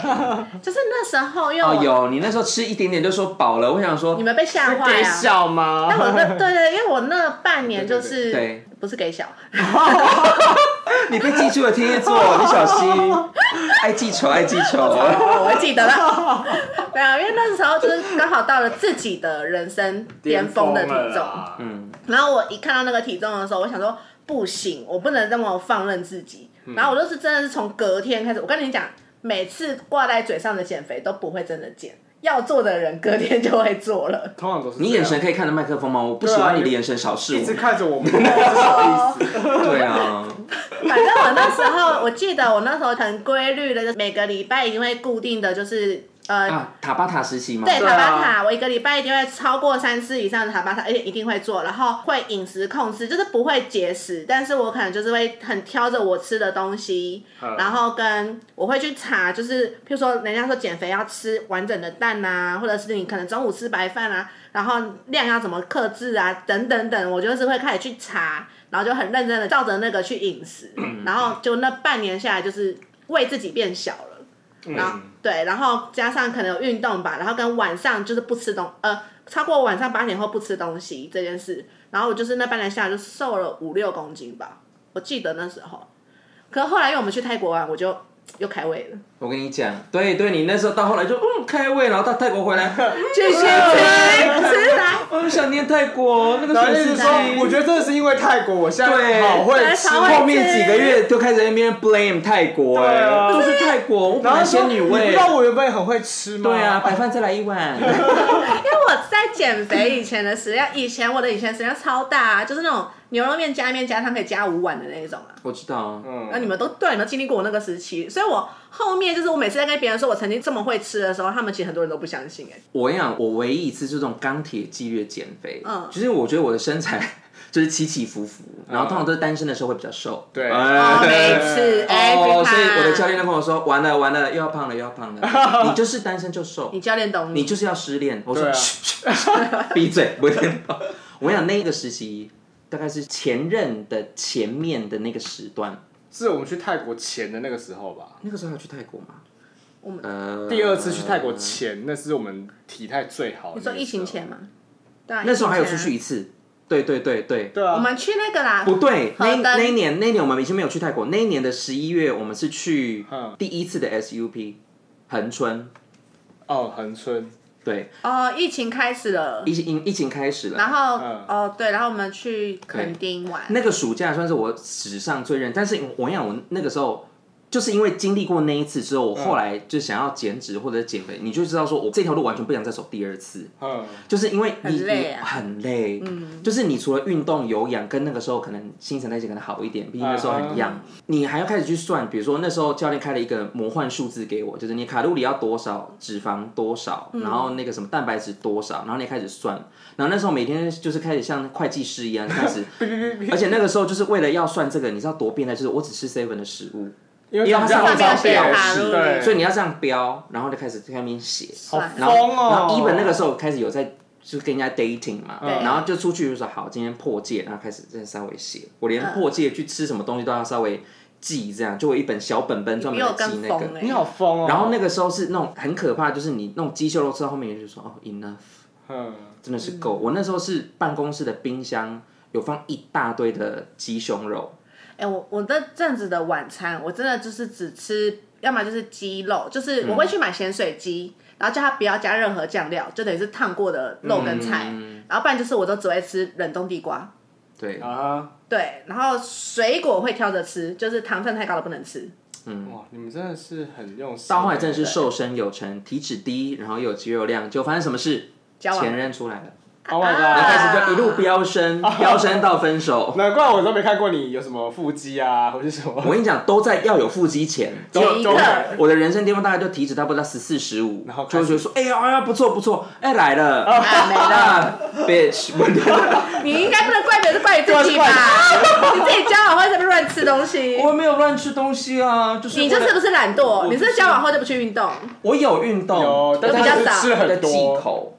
Speaker 1: 就是那时候因为
Speaker 3: 哦，
Speaker 1: 我、
Speaker 3: 有你那时候吃一点点就说饱了，我想说
Speaker 1: 你们被吓
Speaker 4: 我
Speaker 1: 坏
Speaker 4: 给
Speaker 1: 啊。
Speaker 4: 笑吗？
Speaker 1: 但 我那对对，因为我那半年就
Speaker 3: 对
Speaker 1: 是
Speaker 3: 对对
Speaker 1: 不是给小，
Speaker 3: 你被记住了天蝎座，你小心，爱记仇，爱记仇。
Speaker 1: 我会记得了。 对啊，因为那时候就是刚好到了自己的人生巅峰的体
Speaker 4: 了
Speaker 1: 重，
Speaker 4: 啦，
Speaker 3: 嗯，
Speaker 1: 然后我一看到那个体重的时候，我想说不行，我不能这么放任自己。
Speaker 3: 嗯
Speaker 1: 然后我就是真的是从隔天开始，我跟你讲，每次挂在嘴上的减肥都不会真的减，要做的人隔天就会做了。
Speaker 4: 通常都是
Speaker 3: 你
Speaker 4: 这样
Speaker 3: 眼神可以看着麦克风吗？我不
Speaker 4: 对
Speaker 3: 喜
Speaker 4: 啊
Speaker 3: 欢你的
Speaker 4: 你
Speaker 3: 眼神，扫视
Speaker 4: 一直
Speaker 3: 我。
Speaker 4: 看着我们，这是什么意思？
Speaker 3: 对啊，
Speaker 1: 反正我那时候，我记得我那时候很规律的，就是每个礼拜一定会固定的就是呃。
Speaker 3: 啊，塔巴塔时期嘛，
Speaker 1: 对
Speaker 4: 对
Speaker 1: 塔
Speaker 4: 啊
Speaker 1: 巴塔，我一个礼拜一定会超过三次以上的塔巴塔，而且一定会做，然后会饮食控制，就是不会节食，但是我可能就是会很挑着我吃的东西，
Speaker 4: 嗯
Speaker 1: 然后跟我会去查，就是譬如说人家说减肥要吃完整的蛋啊，或者是你可能中午吃白饭啊，然后量要怎么克制啊，等等等，我就是会开始去查，然后就很认真的照着那个去饮食，然后就那半年下来就是为自己变小了。然后对，然后加上可能有运动吧，然后跟晚上就是不吃东呃，超过晚上八点后不吃东西这件事，然后我就是那半年下来就瘦了五六公斤吧，我记得那时候。可是后来因为我们去泰国玩，我就又开胃了。
Speaker 3: 我跟你讲，对对，你那时候到后来就嗯开胃，然后到泰国回来，
Speaker 1: 这些吃吃来，
Speaker 3: 我很想念泰国那个
Speaker 4: 然后
Speaker 3: 水
Speaker 4: 一
Speaker 3: 司
Speaker 4: 直
Speaker 3: 机
Speaker 4: 说，我觉得真的是因为泰国，我现
Speaker 3: 对
Speaker 4: 在好会吃
Speaker 1: 对好会
Speaker 3: 后面几个月都开始在那边 blame 泰国，
Speaker 4: 对
Speaker 3: 哎，
Speaker 4: 啊
Speaker 3: 都是泰国，我本
Speaker 4: 然后
Speaker 3: 来
Speaker 4: 他说
Speaker 3: 仙女
Speaker 4: 你不
Speaker 3: 味
Speaker 4: 知，道我原哦嗯本也很会吃吗？
Speaker 3: 对啊，白饭再来一碗，
Speaker 1: 因为我在减肥以前的食量，以前我的以前食量超大、啊，就是那种牛肉面加面加汤可以加五碗的那一种啊。
Speaker 3: 我知道，
Speaker 4: 嗯，
Speaker 1: 那你们都对，啊你们经历过我那个时期，所以我后面就是我每次在跟别人说我曾经这么会吃的时候，他们其实很多人都不 相信哎、
Speaker 3: 我跟你讲，我唯一一次就这种钢铁纪律的减肥，
Speaker 1: 嗯
Speaker 3: 就是我觉得我的身材 就是起起伏伏，然后通常都是单身的时候会比较瘦，
Speaker 4: 嗯对
Speaker 1: 哦，每
Speaker 3: 哎
Speaker 1: 次
Speaker 3: 哦，所以我的教
Speaker 1: 练，
Speaker 3: 练都跟我说，完了完了，又要胖了又要胖 了，你就是单身就瘦
Speaker 1: 你，教练懂
Speaker 3: 你就是要失恋。我说
Speaker 4: 对啊
Speaker 3: 嘘嘘嘘闭嘴，不会听到。我跟你讲那个时期大概是前任的前面的那个时段，
Speaker 4: 是我们去泰国前的那个时候吧。
Speaker 3: 那个时候还有去泰国吗？
Speaker 1: 我们
Speaker 3: 呃
Speaker 4: 第二次去泰国前，那是我们体态最好的。
Speaker 1: 你说疫情前？吗？对啊，
Speaker 3: 那时候还有
Speaker 1: 疫情
Speaker 3: 出
Speaker 1: 前啊
Speaker 3: 去一次，对对对对。
Speaker 4: 对啊，
Speaker 1: 我们去那个啦，
Speaker 3: 不对，那
Speaker 1: 好的
Speaker 3: 那一年那一年我们已经没有去泰国，那一年的十一月我们是去
Speaker 4: 嗯
Speaker 3: 第一次的 SUP 恒春，
Speaker 4: 哦，恒春，
Speaker 3: 对，
Speaker 1: 哦，疫情开始了，
Speaker 3: 疫情疫情开始了。
Speaker 1: 然后
Speaker 4: 嗯
Speaker 1: 哦对，然后我们去垦丁玩，
Speaker 3: 那个暑假算是我史上最认，但是我跟你讲，我那个时候就是因为经历过那一次之后，我后来就想要减脂或者减肥，你就知道说我这条路完全不想再走第二次，
Speaker 4: 嗯，
Speaker 3: 就是因为你
Speaker 5: 很累啊
Speaker 3: 你很累，就是你除了运动有氧，跟那个时候可能新陈代谢可能好一点，毕竟那时候很 young，、你还要开始去算，比如说那时候教练开了一个魔幻数字给我，就是你卡路里要多少，脂肪多少，然后那个什么蛋白质多少，然后你开始算，然后那时候每天就是开始像会计师一样开始，而且那个时候就是为了要算这个，你知道多变态，就是我只吃 seven 的食物，
Speaker 4: 因为
Speaker 3: 因为他
Speaker 4: 他这样
Speaker 3: 上面
Speaker 4: 照
Speaker 3: 写
Speaker 4: 表
Speaker 1: 卡
Speaker 4: 示
Speaker 1: 路里
Speaker 4: 对，
Speaker 3: 所以你要这样标，然后就开始在那边写，
Speaker 4: 好
Speaker 1: 算
Speaker 3: 然后
Speaker 4: 疯哦。
Speaker 3: 然后 even 那个时候开始有在就是跟人家 dating 嘛，
Speaker 1: 对
Speaker 3: 然后就出去就说好，今天破戒，然后开始再稍微写，我连破戒去吃什么东西都要稍微记，这样就有一本小本本专
Speaker 1: 比
Speaker 3: 门
Speaker 1: 我
Speaker 3: 来
Speaker 1: 更
Speaker 3: 记那
Speaker 1: 疯
Speaker 3: 个。
Speaker 1: 哎、
Speaker 4: 你好疯哦。
Speaker 3: 然后那个时候是那种很可怕，就是你那种鸡胸肉吃到后面，你就说哦 enough，
Speaker 4: 嗯，
Speaker 3: 真的是够。我那时候是办公室的冰箱有放一大堆的鸡胸肉，
Speaker 1: 哎、我我的阵子的晚餐，我真的就是只吃，要么就是鸡肉，就是我会去买咸水鸡，然后叫它不要加任何酱料，就等于是烫过的肉跟菜，然后不然就是我都只会吃冷冻地瓜，
Speaker 3: 对，
Speaker 4: 啊，
Speaker 1: 对，然后水果会挑着吃，就是糖分太高的不能吃。
Speaker 4: 哇，你们真的是很用心。
Speaker 3: 到后来真的是瘦身有成，体脂低，然后又有肌肉量，就发生什么事？
Speaker 1: 交往
Speaker 3: 前任出来了。
Speaker 4: Oh my
Speaker 1: 啊
Speaker 3: 然后开始
Speaker 4: god！
Speaker 3: 就一路飙升，
Speaker 4: 啊
Speaker 3: 飙升到分手。
Speaker 4: 难怪我都没看过你有什么腹肌啊， 或是什
Speaker 3: 我
Speaker 4: 么。
Speaker 3: 跟你讲，都在要有腹肌前，
Speaker 4: 周
Speaker 1: 前一
Speaker 4: 周
Speaker 1: 刻
Speaker 4: 凯
Speaker 3: 我的人生巅峰大概就体脂差不多十四十五，
Speaker 4: 然后开
Speaker 3: 就会
Speaker 4: 始
Speaker 3: 觉得说，哎呀哎呀，不错不错，哎来了，
Speaker 1: 啊没了，
Speaker 3: 啊 bitch，我
Speaker 1: 你应该不能怪别人，是怪你自己吧？ 你自己交往后在那边乱吃东西，
Speaker 3: 我没有乱吃东西啊，就是
Speaker 1: 你就是不是懒
Speaker 3: 我
Speaker 1: 惰？你是不是交往后就不去运动？
Speaker 3: 我有运动，
Speaker 4: 有，但
Speaker 1: 比
Speaker 4: 是
Speaker 1: 较
Speaker 4: 他就是
Speaker 1: 少
Speaker 4: 吃
Speaker 3: 我的
Speaker 4: 很
Speaker 3: 忌
Speaker 4: 多，
Speaker 3: 口，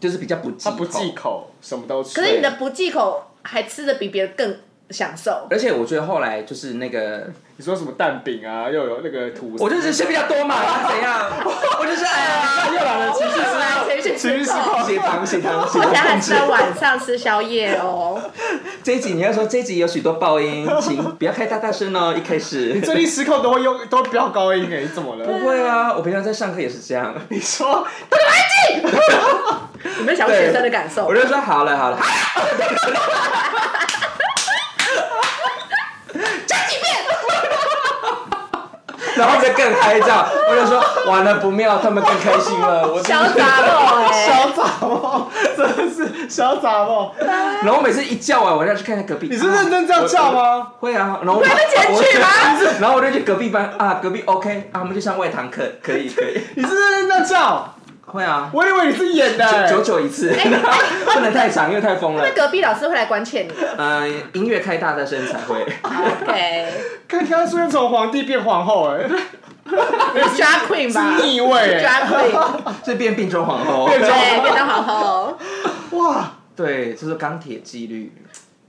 Speaker 3: 就是比较不忌
Speaker 4: 他
Speaker 3: 口，
Speaker 4: 不忌口，什么都吃。
Speaker 1: 可是你的不忌口还吃的比别人更享受。
Speaker 3: 而且我觉得后来就是那个，
Speaker 4: 你说什么蛋饼啊，又有那个吐司，
Speaker 3: 我就是吃比较 多嘛，是怎样？我就是哎呀，又来了，情绪失控，
Speaker 1: 来，情
Speaker 4: 情绪失
Speaker 1: 绪失
Speaker 4: 控
Speaker 1: 控。
Speaker 3: 血糖血糖血
Speaker 1: 我家还
Speaker 3: 糖
Speaker 1: 是在晚上吃宵夜哦。
Speaker 3: 这一集你要说这一集有许多爆音，请不要开大大声哦。一开始
Speaker 4: 你最近失控都会用， 都会飙高音哎，你怎么
Speaker 3: 不
Speaker 4: 了？
Speaker 3: 会啊，我平常在上课也是这样。
Speaker 4: 你说
Speaker 1: 有没有想过学生的感受
Speaker 3: 我？就说好了 好了，然后就更嗨这样，我就说完了不妙，他们更开心了。我
Speaker 1: 小杂货哎，
Speaker 4: 小杂毛，真的是小杂毛，
Speaker 3: 然后每次一叫完，我就要去看看隔壁。啊
Speaker 4: 你是认真这样叫吗？
Speaker 3: 会啊，然后我
Speaker 1: 会被检举吗
Speaker 3: 我然后我就去隔壁班啊，隔壁 OK 啊，我们就上外堂课，可以可以，
Speaker 4: 你是认真这样叫？
Speaker 3: 会啊，
Speaker 4: 我以为你是演的
Speaker 3: 九
Speaker 4: 欸。
Speaker 3: 九九一次， 不能太长，因为太疯了
Speaker 1: 呃哎那。隔壁老师会来关切你。
Speaker 3: 呃，音乐开大的声才会。
Speaker 1: 哦 OK，
Speaker 4: 看你刚刚出现从皇帝变皇后哎，
Speaker 1: 你是 drag queen 吧
Speaker 4: 是逆位哎，
Speaker 1: ？drag queen，
Speaker 3: 是变变装皇后，
Speaker 1: 对，变得好好。
Speaker 4: 哇！
Speaker 3: 对，就是钢铁纪律。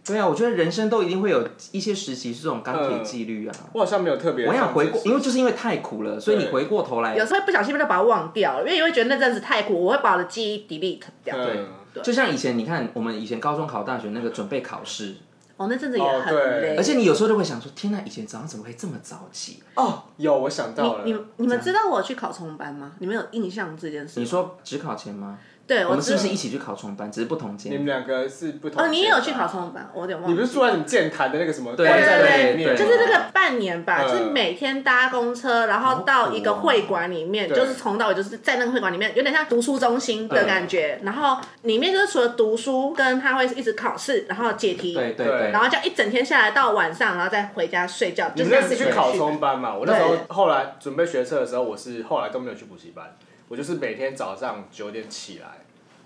Speaker 3: 对啊，我觉得人生都一定会有一些时期是这种钢铁纪律啊。
Speaker 1: 嗯
Speaker 4: 我好像没有特别。
Speaker 3: 我想回过，因为就是因为太苦了，所以你
Speaker 4: 对
Speaker 3: 回过头来
Speaker 1: 有，时候会不小心就把它忘掉了，因为你会觉得那阵子太苦，我会把我的记忆 delete 掉。
Speaker 4: 嗯
Speaker 3: 对，哦就像以前你看我们以前高中考大学那个准备考试，
Speaker 1: 哦，那阵子也很累。
Speaker 4: 哦对
Speaker 3: 而且你有时候就会想说，天呐，以前早上怎么可以这么早起？
Speaker 4: 哦，有我想到了，
Speaker 1: 你你你们知道我去考重班吗？你们有印象这件事？
Speaker 3: 你，说只考前吗？
Speaker 1: 对，
Speaker 3: 我们
Speaker 1: 知
Speaker 3: 是不是一起去考重班，只是不同
Speaker 4: 你
Speaker 3: 间？
Speaker 4: 们两个是不同。
Speaker 1: 哦，你也有去考？重班，我有点忘
Speaker 4: 你不
Speaker 1: 了。
Speaker 4: 是住在什么健谈的那个什么
Speaker 3: 对
Speaker 4: 关在那里面
Speaker 3: 对对
Speaker 4: 吗？
Speaker 1: 就是那个半年吧，
Speaker 4: 嗯
Speaker 1: 就是每天搭公车，然后到一个会馆里面，
Speaker 4: 好苦哦
Speaker 1: 就是从到尾就是在那个会馆里面，有点像读书中心的感觉。然后里面就是除了读书，跟他会一直考试，然后解题，
Speaker 3: 对对
Speaker 4: 对
Speaker 3: 对
Speaker 1: 然，后这样一整天下来到晚上，然后再回家睡觉。
Speaker 4: 你
Speaker 1: 就
Speaker 4: 们
Speaker 1: 这样
Speaker 4: 那
Speaker 1: 子
Speaker 4: 次去考冲班嘛？我那时候后来准备学测的时候，我是后来都没有去补习班，我就是每天早上九点起来，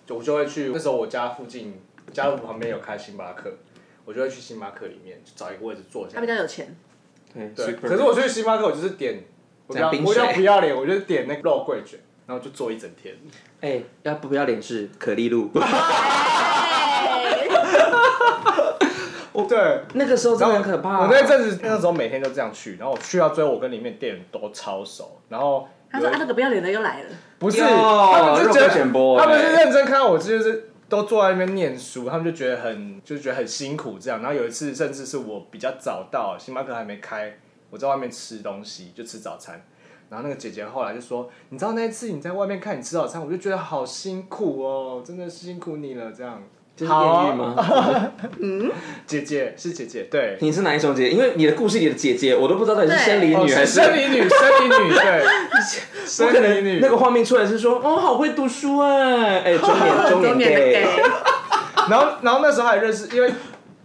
Speaker 4: 就我就会去。那时候我家附近，家路旁边有开星巴克，我就会去星巴克里面找一个位置坐下
Speaker 1: 他。比较有钱，
Speaker 4: 对，
Speaker 3: Super
Speaker 4: 可是我去星巴克，我就是点，我比较
Speaker 3: 讲冰
Speaker 4: 我比较
Speaker 3: 水
Speaker 4: 不要脸，我就是点那个肉桂卷，然后就坐一整天。
Speaker 3: 哎，要不要脸是可丽 露？
Speaker 1: 哎
Speaker 4: 哦对，
Speaker 3: 那个时候真
Speaker 4: 然
Speaker 3: 的
Speaker 4: 后
Speaker 3: 很可怕。
Speaker 4: 我那阵子那时候每天都这样去，然后我去到最后，我跟里面店员都超熟。然后
Speaker 1: 他说啊，那个不要脸的又来了。
Speaker 4: 不是，
Speaker 3: 哟
Speaker 4: 他们是
Speaker 3: 肉
Speaker 4: 真
Speaker 3: 桂卷波
Speaker 4: 他们是
Speaker 3: 哎
Speaker 4: 认真看到我，就是都坐在那边念书，他们就觉得很，就觉得很辛苦这样。然后有一次，甚至是我比较早到，星巴克还没开，我在外面吃东西，就吃早餐。然后那个姐姐后来就说：“你知道那一次你在外面看你吃早餐，我就觉得好辛苦哦，真的辛苦你了。”这样，
Speaker 3: 这是
Speaker 4: 好啊
Speaker 3: 艳遇吗？
Speaker 4: 姐姐是姐姐，对，
Speaker 3: 你是哪一种姐姐？因为你的故事里的姐姐，我都不知道到底是生理
Speaker 4: 哦
Speaker 3: 女还是
Speaker 4: 生理女，生理女， 对，
Speaker 3: 不 可
Speaker 4: 生理
Speaker 3: 能
Speaker 4: 女。
Speaker 3: 那个画面出来是说，哦，好会读书哎， 哎，中年中年 gay，
Speaker 4: 然后，然后那时候还认识，因为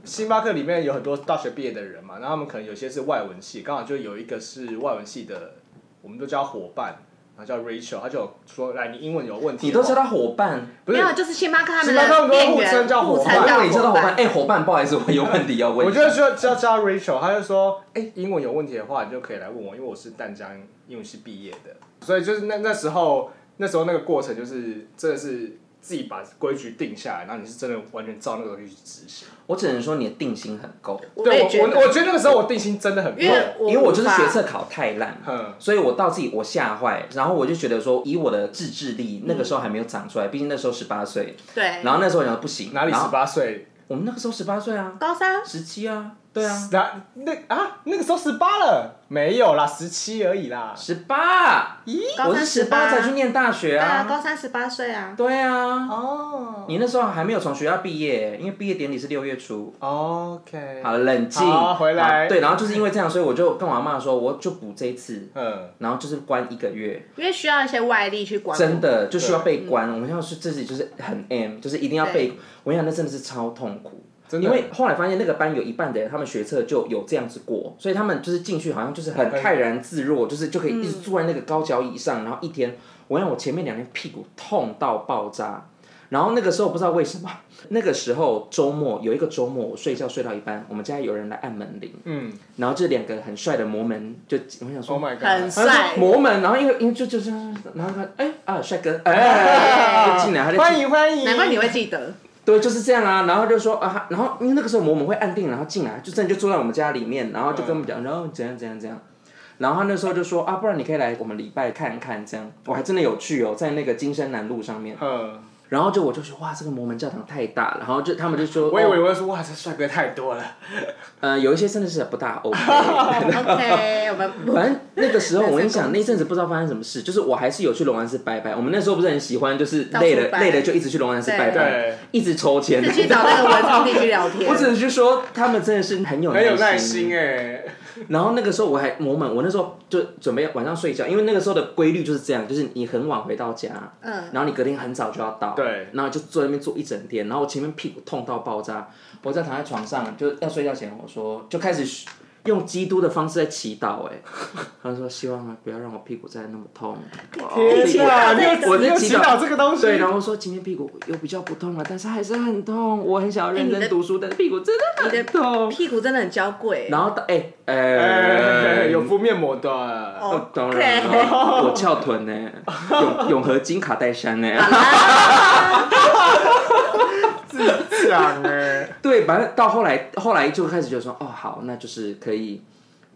Speaker 4: 星巴克里面有很多大学毕业的人嘛，然后他们可能有些是外文系，刚好就有一个是外文系的，我们都叫伙伴，然后叫 Rachel，他就有说，来，你英文有问题，哦
Speaker 3: 你都叫，他伙伴，
Speaker 4: 不
Speaker 1: 没
Speaker 4: 是
Speaker 1: 有，就是星巴克他们
Speaker 4: 星巴克
Speaker 1: 的
Speaker 4: 很多
Speaker 1: 店
Speaker 4: 互称
Speaker 1: 员
Speaker 4: 叫
Speaker 1: 互
Speaker 4: 伙
Speaker 1: 称
Speaker 4: 伴
Speaker 3: 那
Speaker 1: 叫
Speaker 3: 你叫他伙
Speaker 1: 伙
Speaker 3: 伴，
Speaker 1: 伴。
Speaker 3: 哎，伙伴，不好意思，我有问题要问一
Speaker 4: 我
Speaker 3: 下，
Speaker 4: 就说叫叫 Rachel，他就说，哎、英文有问题的话，你就可以来问我，因为我是淡江英文系毕业的，所以就是那那时候那时候那个过程就是真的是自己把规矩定下来，然后你是真的完全照那个东西去执行。
Speaker 3: 我只能说你的定心很够，
Speaker 1: 我
Speaker 4: 对
Speaker 1: 也
Speaker 4: 我
Speaker 1: 觉
Speaker 4: 我我
Speaker 1: 得，
Speaker 4: 觉得那个时候我定心真的很够，
Speaker 1: 因为
Speaker 3: 因为我就是
Speaker 1: 无法
Speaker 3: 学测考太烂，
Speaker 4: 嗯，
Speaker 3: 所以我到自己我吓坏，然后我就觉得说，以我的自制力，那个时候还没有长出来，毕竟那时候十八岁，
Speaker 1: 对
Speaker 3: 然后那时候我想说不行，
Speaker 4: 哪里
Speaker 3: 然后
Speaker 4: 十八岁？
Speaker 3: 我们那个时候十八岁啊，
Speaker 1: 高三
Speaker 3: 十七啊，对啊，
Speaker 4: 那那啊，那个时候十八了，没有啦，十七而已啦。
Speaker 3: 十八，咦，
Speaker 1: 高
Speaker 3: 我
Speaker 1: 三
Speaker 3: 是十
Speaker 1: 18
Speaker 3: 八才去念大学
Speaker 1: 对啊，
Speaker 3: 啊，
Speaker 1: 高三十八岁啊，
Speaker 3: 对啊，
Speaker 4: 哦
Speaker 3: 你那时候还没有从学校毕业，因为毕业典礼是六月初。
Speaker 4: ，OK，
Speaker 3: 好，冷静，
Speaker 4: 好回来
Speaker 3: 好对，然后就是因为这样，所以我就跟我阿妈说，我就补这一次，
Speaker 4: 嗯，
Speaker 3: 然后就是关一个月，
Speaker 1: 因为需要一些外力去管我。
Speaker 3: 真的就需要被
Speaker 4: 嗯
Speaker 3: 关。我们要是自己就是很 M，就是一定要被
Speaker 1: 对。
Speaker 3: 我跟你讲，那真的是超痛苦。
Speaker 4: 真的
Speaker 3: 因为后来发现那个班有一半的人，他们学测就有这样子过，所以他们就是进去好像就是很
Speaker 4: 很
Speaker 3: 泰然自若，就是就可以一直坐在那个高脚椅上，然后一天，我让我前面两天屁股痛到爆炸，然后那个时候不知道为什么， 那个时候周末有一个周末我睡觉睡到一半，我们家有人来按门铃，
Speaker 4: 嗯
Speaker 3: 然后这两个很帅的摩门就我想说
Speaker 4: ，Oh my
Speaker 1: 很
Speaker 4: god，
Speaker 3: 然后
Speaker 1: 帅
Speaker 3: 就，摩门，然后因为因为就就就，然后他哎啊帅哥哎，就进来，他就
Speaker 4: 欢迎欢迎，
Speaker 1: 难怪你会记得。
Speaker 3: 对就是这样啊，然后就说啊，然后因为那个时候摩门会按定，然后进来就真的就坐在我们家里面，然后就跟我们讲，然后怎样怎样怎样，然后他那时候就说啊，不然你可以来我们礼拜看看这样，我还真的有去哦，在那个金山南路上面，
Speaker 4: 嗯，
Speaker 3: 然后就我就说哇这个摩门教堂太大，然后就他们就说，
Speaker 4: 我以为
Speaker 3: 哦
Speaker 4: 我会说哇，这帅哥太多了，
Speaker 3: 呃有一些真的是不大 OK，
Speaker 1: OK，我们不
Speaker 3: 反正那个时候，我跟你讲，那一阵子不知道发生什么事，就是我还是有去龙安寺拜拜。我们那时候不是很喜欢，就是累
Speaker 1: 到处
Speaker 3: 了
Speaker 1: 拜
Speaker 3: 累了就一直去龙安寺拜拜
Speaker 4: 对，
Speaker 3: 一直抽签。
Speaker 1: 去 找那个文创地区聊天。
Speaker 3: 我只能去说，他们真的是很有
Speaker 4: 很有耐心。哎，
Speaker 3: 然后那个时候我还我们我那时候就准备晚上睡觉，因为那个时候的规律就是这样，就是你很晚回到家，
Speaker 1: 嗯
Speaker 3: 然后你隔天很早就要到，
Speaker 4: 对
Speaker 3: 然后就坐在那边坐一整天，然后我前面屁股痛到爆炸，我在躺在床上就要睡觉前，我说就开始用基督的方式在祈祷，哎， 他说希望啊不要让我屁股再那么痛，
Speaker 4: 天
Speaker 3: 啊
Speaker 4: 哪，你有
Speaker 3: 我
Speaker 4: 你
Speaker 3: 在
Speaker 4: 有
Speaker 3: 祈
Speaker 4: 祈祷这个东西，
Speaker 3: 对，然后说今天屁股又比较不痛了，但是还是很痛，我很想要认
Speaker 1: 哎你
Speaker 3: 真
Speaker 1: 的
Speaker 3: 读书，但是屁股真的很痛，
Speaker 1: 屁股真的很娇贵。
Speaker 3: 然后到哎
Speaker 4: 哎，
Speaker 3: 哎
Speaker 4: 有敷面膜的，
Speaker 3: 哦
Speaker 1: 哦，
Speaker 3: 当然了，我翘臀呢、永永和金卡戴珊呢、
Speaker 4: 是啊， 哎，
Speaker 3: 对，反正到后来，后来就开始觉得说，哦，好，那就是可以，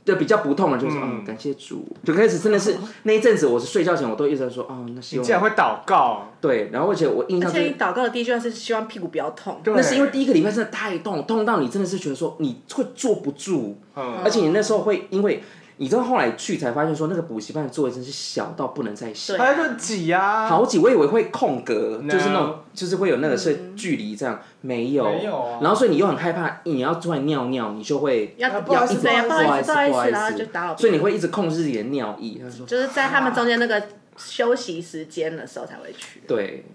Speaker 3: 就比较不痛了，就是说，嗯，感谢主，就开始真的
Speaker 1: 哦
Speaker 3: 是那一阵子，我是睡觉前我都一直在说，哦，那希
Speaker 4: 你竟然
Speaker 3: 望
Speaker 4: 会祷告，
Speaker 3: 对，然后而且我印
Speaker 1: 而
Speaker 3: 象
Speaker 1: 且
Speaker 3: 就
Speaker 1: 你
Speaker 3: 是。
Speaker 1: 祷告的第一句话是希望屁股不要痛。
Speaker 4: 对
Speaker 3: 那是因为第一个礼拜真的太痛，痛到你真的是觉得说你会坐不住，
Speaker 4: 嗯
Speaker 3: 而且你那时候会因为你知道后来去才发现说那个补习班的座位真是小到不能再小，
Speaker 1: 对
Speaker 4: 他就挤啊，
Speaker 3: 好几，我以为会空格
Speaker 4: No
Speaker 3: 就是那种，就是会有那个
Speaker 1: 嗯
Speaker 3: 是距离这样，没有，
Speaker 4: 没有啊
Speaker 3: 然后所以你又很害怕，你要突然尿尿，你就会
Speaker 1: 要
Speaker 4: 不好
Speaker 1: 要
Speaker 4: 意思
Speaker 1: 一直要
Speaker 4: 不
Speaker 1: 不
Speaker 4: 好
Speaker 1: 好
Speaker 4: 意
Speaker 1: 意
Speaker 4: 思
Speaker 1: 思，不好意思，然后就打扰别人。
Speaker 3: 所以你会一直控制自己的尿意。他说，
Speaker 1: 就是在他们中间那个休息时间的时候才会去。
Speaker 3: 对，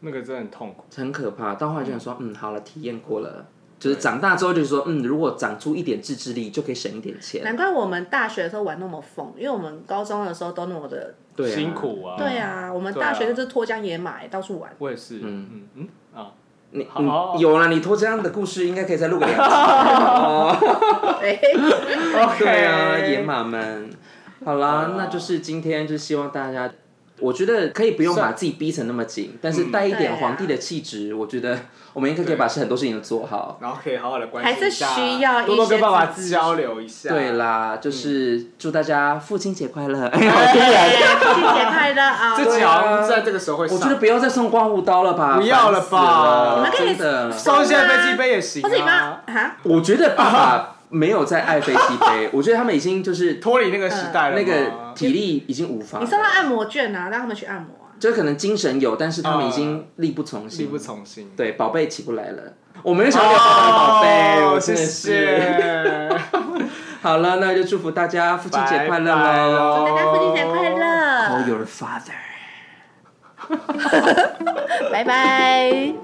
Speaker 4: 那个真的很痛苦，
Speaker 3: 很可怕。到后来就想说，嗯，好了，体验过了。就是长大之后就是说，嗯，如果长出一点自制力，就可以省一点钱。
Speaker 1: 难怪我们大学的时候玩那么疯，因为我们高中的时候都那么的。
Speaker 3: 对、啊，
Speaker 4: 辛。苦啊，
Speaker 1: 对，啊，我们大学就是脱缰野马，到处玩。
Speaker 4: 我也是，
Speaker 3: 嗯
Speaker 4: 嗯嗯啊，
Speaker 3: 你
Speaker 4: 好
Speaker 3: 你有了，你拖这样的故事，应该可以再录个两集。
Speaker 1: 哎，
Speaker 3: 对啊，野马们。好
Speaker 4: 啊
Speaker 3: 啦，那就是今天就希望大家，我觉得可以不用把自己逼成那么紧，但是带一点皇帝的气质，我觉得我们应该可以把很多事情都做好。
Speaker 4: 然后可以好好的关
Speaker 1: 还
Speaker 4: 心
Speaker 1: 是
Speaker 4: 一下，
Speaker 1: 需要一
Speaker 4: 多多
Speaker 1: 些
Speaker 4: 跟爸爸
Speaker 1: 自制
Speaker 4: 交流一下。
Speaker 3: 对，啦，
Speaker 4: 嗯
Speaker 3: 就是祝大家父亲节快乐！
Speaker 1: 父亲节快乐啊！
Speaker 4: 啊这集好像在这个时候会 上，
Speaker 3: 我觉得不要再送刮胡刀了吧，
Speaker 4: 不要了吧
Speaker 3: 烦死了
Speaker 1: 你们可以
Speaker 3: 真的。
Speaker 4: 收一下飞机杯也行
Speaker 1: 或者你
Speaker 4: 啊
Speaker 1: 妈，啊，
Speaker 3: 我觉得爸爸没有在爱飞机 杯，我觉得他们已经就是
Speaker 4: 脱离那个时代了吗。
Speaker 3: 嗯那个体力已经无法了。
Speaker 1: 你送他按摩券啊，让他们去按摩啊。
Speaker 3: 就是可能精神有，但是他们已经力不从心，
Speaker 4: 力不从心。
Speaker 3: 对，宝贝起不来了。我们又想要聊宝岛宝贝，我真的
Speaker 4: 哦谢
Speaker 3: 是。
Speaker 4: 哦谢，
Speaker 3: 好了，那就祝福大家父亲节快乐
Speaker 4: 拜拜
Speaker 3: 喽！哦
Speaker 4: 咯
Speaker 1: 大家父亲
Speaker 4: 哦
Speaker 1: 节快乐，
Speaker 3: Call your father。
Speaker 1: 拜拜。